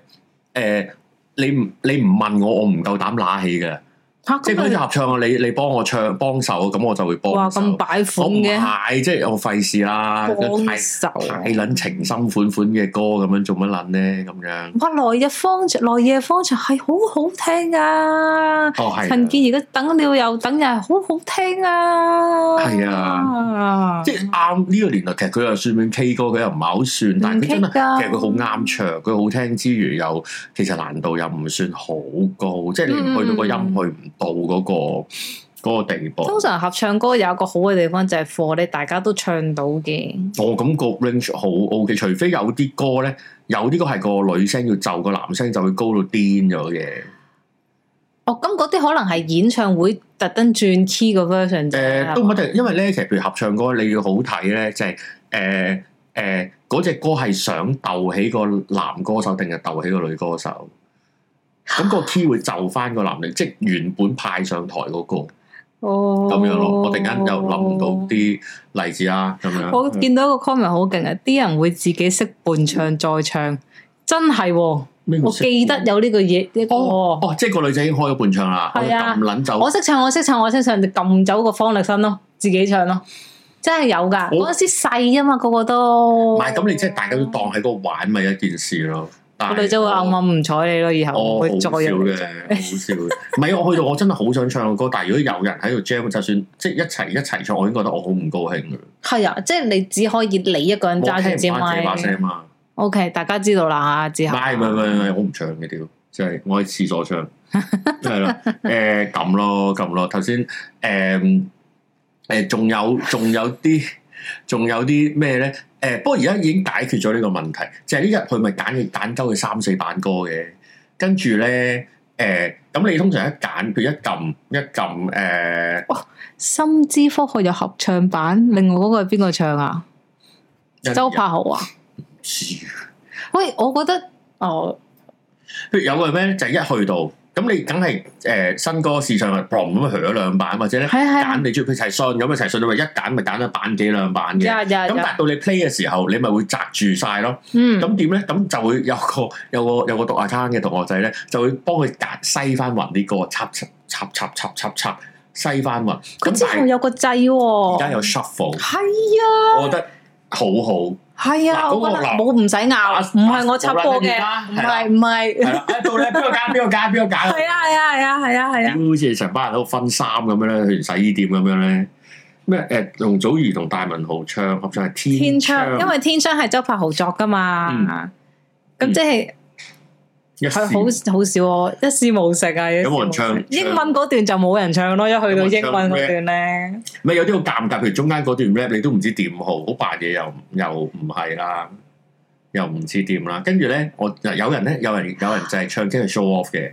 [SPEAKER 1] 誒，你唔你唔問我，我唔夠膽揦起嘅。
[SPEAKER 2] 嚇
[SPEAKER 1] 即係嗰
[SPEAKER 2] 咁
[SPEAKER 1] 啲
[SPEAKER 2] 佢
[SPEAKER 1] 合唱啊，你你幫我唱幫手，咁我就會
[SPEAKER 2] 哇
[SPEAKER 1] 幫手。
[SPEAKER 2] 咁擺款
[SPEAKER 1] 我唔
[SPEAKER 2] 嘅
[SPEAKER 1] 係，即係我費事啦，
[SPEAKER 2] 幫
[SPEAKER 1] 太
[SPEAKER 2] 手啊。
[SPEAKER 1] 太撚情深款款嘅歌咁樣做乜撚咧？咁樣
[SPEAKER 2] 哇！來日方長，來夜方長係好好聽噶。
[SPEAKER 1] 哦係
[SPEAKER 2] 陳
[SPEAKER 1] 啊，
[SPEAKER 2] 健而家等了又等又係好好聽啊。
[SPEAKER 1] 係
[SPEAKER 2] 啊，
[SPEAKER 1] 即係啱呢個年代，其實佢又算唔算 K 歌，佢又唔係好算，但係佢真
[SPEAKER 2] 唔嗯 K 㗎
[SPEAKER 1] 係其實佢好啱唱，佢好聽之餘又其實難度又唔算好高，即係你唔去到個
[SPEAKER 2] 嗯
[SPEAKER 1] 音去唔到嗰個嗰個地步。
[SPEAKER 2] 通常合唱歌有一個好嘅地方就係 for 你大家都唱到嘅。
[SPEAKER 1] 我感覺哦 range 好 OK，除非有啲歌咧，有啲歌係個女聲要就個男聲就會高到癲咗嘅。
[SPEAKER 2] 哦，咁嗰啲可能係演唱會特登轉 key 個 version 啫。
[SPEAKER 1] 誒、呃都唔一定，因為咧，其實譬如合唱歌，你要好睇咧，就係誒誒嗰隻歌係想鬥起個男歌手定係鬥起個女歌手，咁、
[SPEAKER 2] 啊
[SPEAKER 1] 個 key 會就翻個男女，即係原本派上台嗰、個
[SPEAKER 2] 哦，
[SPEAKER 1] 咁樣咯。我突然間又諗唔到啲例子啦，咁樣。嗯
[SPEAKER 2] 我見到一個 comment 好勁啊！啲人會自己識伴唱再唱，真係、喎！
[SPEAKER 1] 咩叫
[SPEAKER 2] 我記得有呢個嘢呢個。
[SPEAKER 1] 哦哦，即係個女仔已經開咗半唱啦，我就
[SPEAKER 2] 係啊
[SPEAKER 1] 撳撚走
[SPEAKER 2] 我識唱，我識唱，我識唱，就撳走個方力申咯，自己唱咯，真係有㗎。
[SPEAKER 1] 我
[SPEAKER 2] 嗰陣時細啊嘛，個個都。
[SPEAKER 1] 唔係咁，你即係大家都當喺嗰個玩咪一件事咯。但
[SPEAKER 2] 哦個女仔會暗暗唔睬你咯，以後
[SPEAKER 1] 我
[SPEAKER 2] 唔
[SPEAKER 1] 哦好
[SPEAKER 2] 會
[SPEAKER 1] 少
[SPEAKER 2] 再
[SPEAKER 1] 嘅，
[SPEAKER 2] 入
[SPEAKER 1] 好
[SPEAKER 2] 嚟
[SPEAKER 1] 少嘅。唔係我去到我真係好想唱個歌，但係如果有人喺度 jam，就算即係一齊一齊唱，我已經覺得我好唔高興嘅。
[SPEAKER 2] 係啊，即係你只可以你一個人
[SPEAKER 1] 我
[SPEAKER 2] 揸
[SPEAKER 1] 聽
[SPEAKER 2] 住
[SPEAKER 1] 唔
[SPEAKER 2] 支
[SPEAKER 1] 翻自己把
[SPEAKER 2] 咪。
[SPEAKER 1] 聲嘛。
[SPEAKER 2] O K，大家知道啦，之
[SPEAKER 1] 唔
[SPEAKER 2] 後。
[SPEAKER 1] 係唔係唔係唔係，我唔唱嘅屌，即係我喺廁所唱。係啦，誒咁咯咁咯。頭先誒誒仲有仲有啲仲有啲咩咧？誒不過而家已經解決咗呢個問題，就係呢日佢咪揀嘅揀鳩佢三四版歌嘅，跟住咧誒咁你通常一揀，譬如一撳一撳誒。
[SPEAKER 2] 心之科學有合唱版，另外嗰個係邊個唱啊？周柏豪啊？
[SPEAKER 1] 譬
[SPEAKER 2] 喂，我覺得哦，
[SPEAKER 1] 如有個係咩咧，就係一去到咁你梗係誒新歌市場咪 boom 咁樣咗兩版，或者咧
[SPEAKER 2] 係係
[SPEAKER 1] 揀你中意譬如齊信咁啊，齊信你咪一揀咪揀咗版幾兩版嘅。
[SPEAKER 2] 日日
[SPEAKER 1] 咁但係到你 play 嘅時候，你咪會擲住晒咯。
[SPEAKER 2] 嗯
[SPEAKER 1] 咁點咧？咁就會有個有個有個讀 account 嘅同學仔咧，就會幫佢揀西翻雲呢個插插插插插插插西翻雲。
[SPEAKER 2] 佢
[SPEAKER 1] 咁
[SPEAKER 2] 之後
[SPEAKER 1] 但係
[SPEAKER 2] 有嗯個掣
[SPEAKER 1] 而
[SPEAKER 2] 喎，
[SPEAKER 1] 家有 shuffle，
[SPEAKER 2] 係啊
[SPEAKER 1] 我覺得好好。
[SPEAKER 2] 係
[SPEAKER 1] 嗱
[SPEAKER 2] 啊，
[SPEAKER 1] 嗰
[SPEAKER 2] 我覺
[SPEAKER 1] 個
[SPEAKER 2] 得
[SPEAKER 1] 嗱
[SPEAKER 2] 冇唔使拗，
[SPEAKER 1] 啊
[SPEAKER 2] 唔係
[SPEAKER 1] dạ,
[SPEAKER 2] 我插播嘅，
[SPEAKER 1] 啊
[SPEAKER 2] 唔係唔係，
[SPEAKER 1] 係啦，啊到咧邊個揀邊個揀邊個揀。
[SPEAKER 2] 係啊係啊係啊係啊係啊，
[SPEAKER 1] 好似成班人喺度分衫咁樣咧，去洗衣店咁樣咧。咩？誒，容祖兒同戴文豪唱合唱係《
[SPEAKER 2] 天
[SPEAKER 1] 天
[SPEAKER 2] 窗，因為天窗係周柏豪作噶嘛，咁即係。
[SPEAKER 1] 一
[SPEAKER 2] 係
[SPEAKER 1] 時
[SPEAKER 2] 好好少我一事無成啊！有
[SPEAKER 1] 有冇人唱
[SPEAKER 2] 英文嗰段就冇人唱咯，一去到
[SPEAKER 1] 有冇人
[SPEAKER 2] 英
[SPEAKER 1] 唱
[SPEAKER 2] 文嗰段咧，
[SPEAKER 1] 咪有啲好尷尬，譬如中間嗰段 rap 你都唔知點好，好扮嘢又又唔係啦，又唔知點啦。跟住咧，我有人咧，有人有人就係唱 K 係 show off 嘅，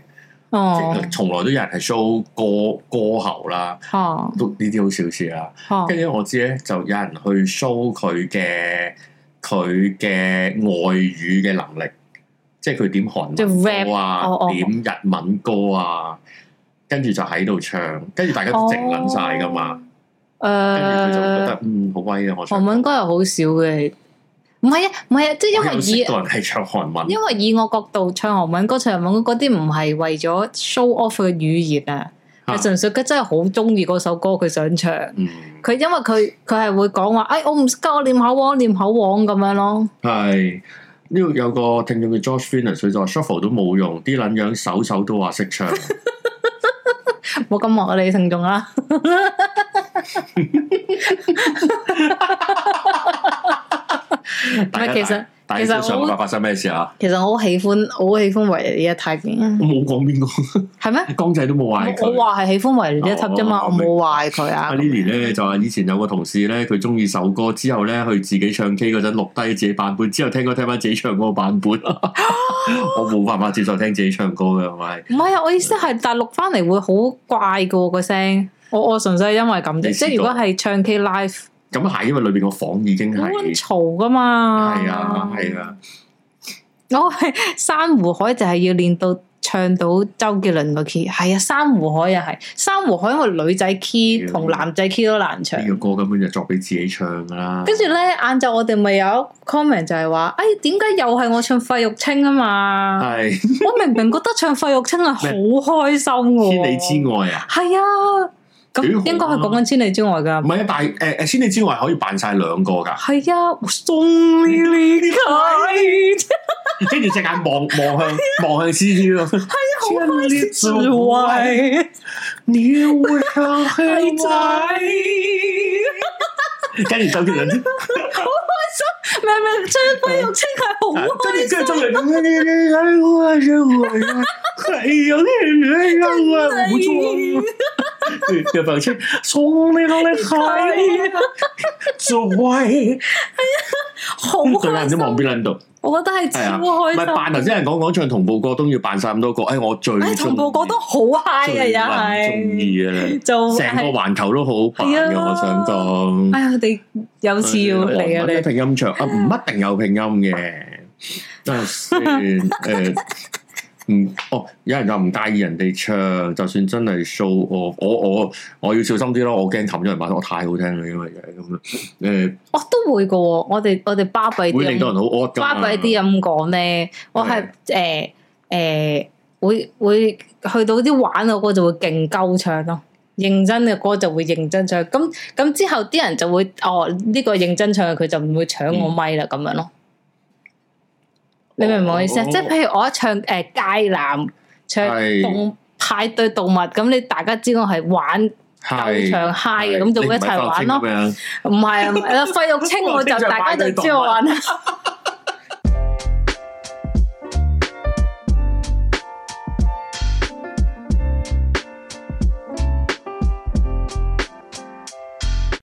[SPEAKER 2] 哦
[SPEAKER 1] 即係從來都有人係 show 歌歌喉啦，
[SPEAKER 2] 哦
[SPEAKER 1] 都呢啲好小事啦。
[SPEAKER 2] 哦
[SPEAKER 1] 跟住我知咧，就有人去 show 佢嘅佢嘅外語嘅能力，即係佢點
[SPEAKER 2] 即
[SPEAKER 1] 韓
[SPEAKER 2] 係哦
[SPEAKER 1] 文歌啊
[SPEAKER 2] 哦哦，哦
[SPEAKER 1] 點日文歌啊，跟住就喺度唱，跟住大家都靜撚晒噶嘛，
[SPEAKER 2] 哦 Ờ,
[SPEAKER 1] 跟住佢就覺
[SPEAKER 2] 誒
[SPEAKER 1] 得嗯好威啊！我唱
[SPEAKER 2] 韓文歌又好少嘅，唔係啊唔係啊，即哦係因
[SPEAKER 1] 我有
[SPEAKER 2] 為
[SPEAKER 1] 識
[SPEAKER 2] 以
[SPEAKER 1] 個人係唱韓文，
[SPEAKER 2] 因為以我角度唱韓文歌、唱日文歌嗰啲唔係為咗 show off 佢嘅語言啊，
[SPEAKER 1] 啊
[SPEAKER 2] 係純粹佢真係好中意嗰首歌，佢想唱。
[SPEAKER 1] 嗯
[SPEAKER 2] 佢因為佢佢係會講話，哎，我唔識㗎，我念口簧，念口簧咁樣咯。
[SPEAKER 1] 係呢度有個聽眾叫 George Finnis，佢就話 shuffle 都冇用，啲撚樣首首都話識 唱，
[SPEAKER 2] 冇咁惡啊你聽眾啦。
[SPEAKER 1] 大家
[SPEAKER 2] 其實
[SPEAKER 1] 大家都
[SPEAKER 2] 其實
[SPEAKER 1] 想
[SPEAKER 2] 我
[SPEAKER 1] 明白發生咩事啊？
[SPEAKER 2] 其實我好喜歡，我好喜歡維尼呢一 type 嘅，
[SPEAKER 1] 我冇講邊個，
[SPEAKER 2] 係咩？
[SPEAKER 1] 江仔都冇話係
[SPEAKER 2] 我
[SPEAKER 1] 佢
[SPEAKER 2] 我。話係喜歡維尼呢一 type 啫嘛，
[SPEAKER 1] 哦
[SPEAKER 2] 我冇話佢啊
[SPEAKER 1] 阿。Lily 咧就話以前有個同事咧，佢中意首歌之後咧，佢自己唱 K 嗰陣錄低自己版本，之後聽歌聽翻自己唱嗰個版本。
[SPEAKER 2] 哦
[SPEAKER 1] 我冇辦法接受聽自己唱歌嘅，咪
[SPEAKER 2] 唔係啊，我意思係大陸翻嚟會好怪嘅喎個聲。我我純粹係因為咁
[SPEAKER 1] 你
[SPEAKER 2] 啫，
[SPEAKER 1] 試
[SPEAKER 2] 即係如
[SPEAKER 1] 過
[SPEAKER 2] 果係唱 K live，
[SPEAKER 1] 咁係因為裏邊個房已經
[SPEAKER 2] 好
[SPEAKER 1] 係
[SPEAKER 2] 撚嘈噶嘛。
[SPEAKER 1] 係啊係啊，
[SPEAKER 2] 我係哦珊瑚海就係要練到唱到周杰倫個 key，係啊，珊瑚海又係珊瑚海，因為女仔 key
[SPEAKER 1] 嗯
[SPEAKER 2] 同男仔 key 都難唱
[SPEAKER 1] 呢。個歌根本就作俾自己唱噶啦。
[SPEAKER 2] 跟住咧，晏晝我哋咪有一個 comment 就係話，哎，點解又係我唱費玉清啊嘛？
[SPEAKER 1] 係
[SPEAKER 2] 我明明覺得唱費玉清係好開心嘅，
[SPEAKER 1] 千里之，外啊，
[SPEAKER 2] 係啊，咁
[SPEAKER 1] 幾好啊
[SPEAKER 2] 應該係講緊千里之外噶
[SPEAKER 1] 唔，係啊，但係誒誒，千里之外可以扮晒兩個㗎，
[SPEAKER 2] 係啊，送你離開，
[SPEAKER 1] 跟住隻眼望望向望向 C C 咯。
[SPEAKER 2] 啊好
[SPEAKER 1] 千
[SPEAKER 2] 開心之外，
[SPEAKER 1] 你會向
[SPEAKER 2] 係仔，
[SPEAKER 1] 向跟住周杰倫。
[SPEAKER 2] 明明唱費玉清係好開
[SPEAKER 1] 跟
[SPEAKER 2] 心
[SPEAKER 1] 住跟住周杰倫，你你愛我是我呀，還有你人讓我無助。對，要放棄，從你到來海之外，
[SPEAKER 2] 好
[SPEAKER 1] 對啦，
[SPEAKER 2] 開
[SPEAKER 1] 唔知望
[SPEAKER 2] 心，
[SPEAKER 1] 邊撚度？
[SPEAKER 2] 我覺得係
[SPEAKER 1] 係
[SPEAKER 2] 超
[SPEAKER 1] 啊，唔
[SPEAKER 2] 開
[SPEAKER 1] 係扮頭
[SPEAKER 2] 心。
[SPEAKER 1] 先人講講唱同步歌都要扮晒咁多個，誒，我最
[SPEAKER 2] 哎，同步
[SPEAKER 1] 歌
[SPEAKER 2] 歌都好 high 嘅，
[SPEAKER 1] 最
[SPEAKER 2] 又
[SPEAKER 1] 撚中
[SPEAKER 2] 係
[SPEAKER 1] 意嘅咧，
[SPEAKER 2] 就
[SPEAKER 1] 成個
[SPEAKER 2] 係
[SPEAKER 1] 環球都好好扮嘅，
[SPEAKER 2] 係啊
[SPEAKER 1] 我想講。
[SPEAKER 2] 哎呀，你有次要嚟
[SPEAKER 1] 韓
[SPEAKER 2] 啊
[SPEAKER 1] 文一
[SPEAKER 2] 你。
[SPEAKER 1] 拼音唱啊，唔一定有拼音 嘅。等陣先，誒，呃唔，哦，有人就唔介意人哋唱，就算真係 show off，我我我要小心啲咯，我驚冚咗人把聲，我太好聽啦，因為就係咁樣，
[SPEAKER 2] 我都會噶，我哋我哋巴閉
[SPEAKER 1] 誒，會令到
[SPEAKER 2] 啲
[SPEAKER 1] 人好 odd
[SPEAKER 2] 巴閉
[SPEAKER 1] 啲
[SPEAKER 2] 啲啊咁講咧，我係
[SPEAKER 1] 嗯
[SPEAKER 2] 誒誒會會去到啲玩嘅歌就會勁鳩唱咯，認真嘅歌就會認真唱，咁咁之後啲人就會哦呢、個認真唱嘅佢就唔會搶我咪啦咁樣咯，你明唔明我意思啊？即係譬如我一唱誒、街男唱
[SPEAKER 1] 哦係
[SPEAKER 2] 動派對動物，咁你大家知我係玩
[SPEAKER 1] 係
[SPEAKER 2] 鳩唱 high 嘅，咁就會一齊玩咯。
[SPEAKER 1] 咯。
[SPEAKER 2] 唔係啊，唔係啊，費玉清我就大家就知我玩，費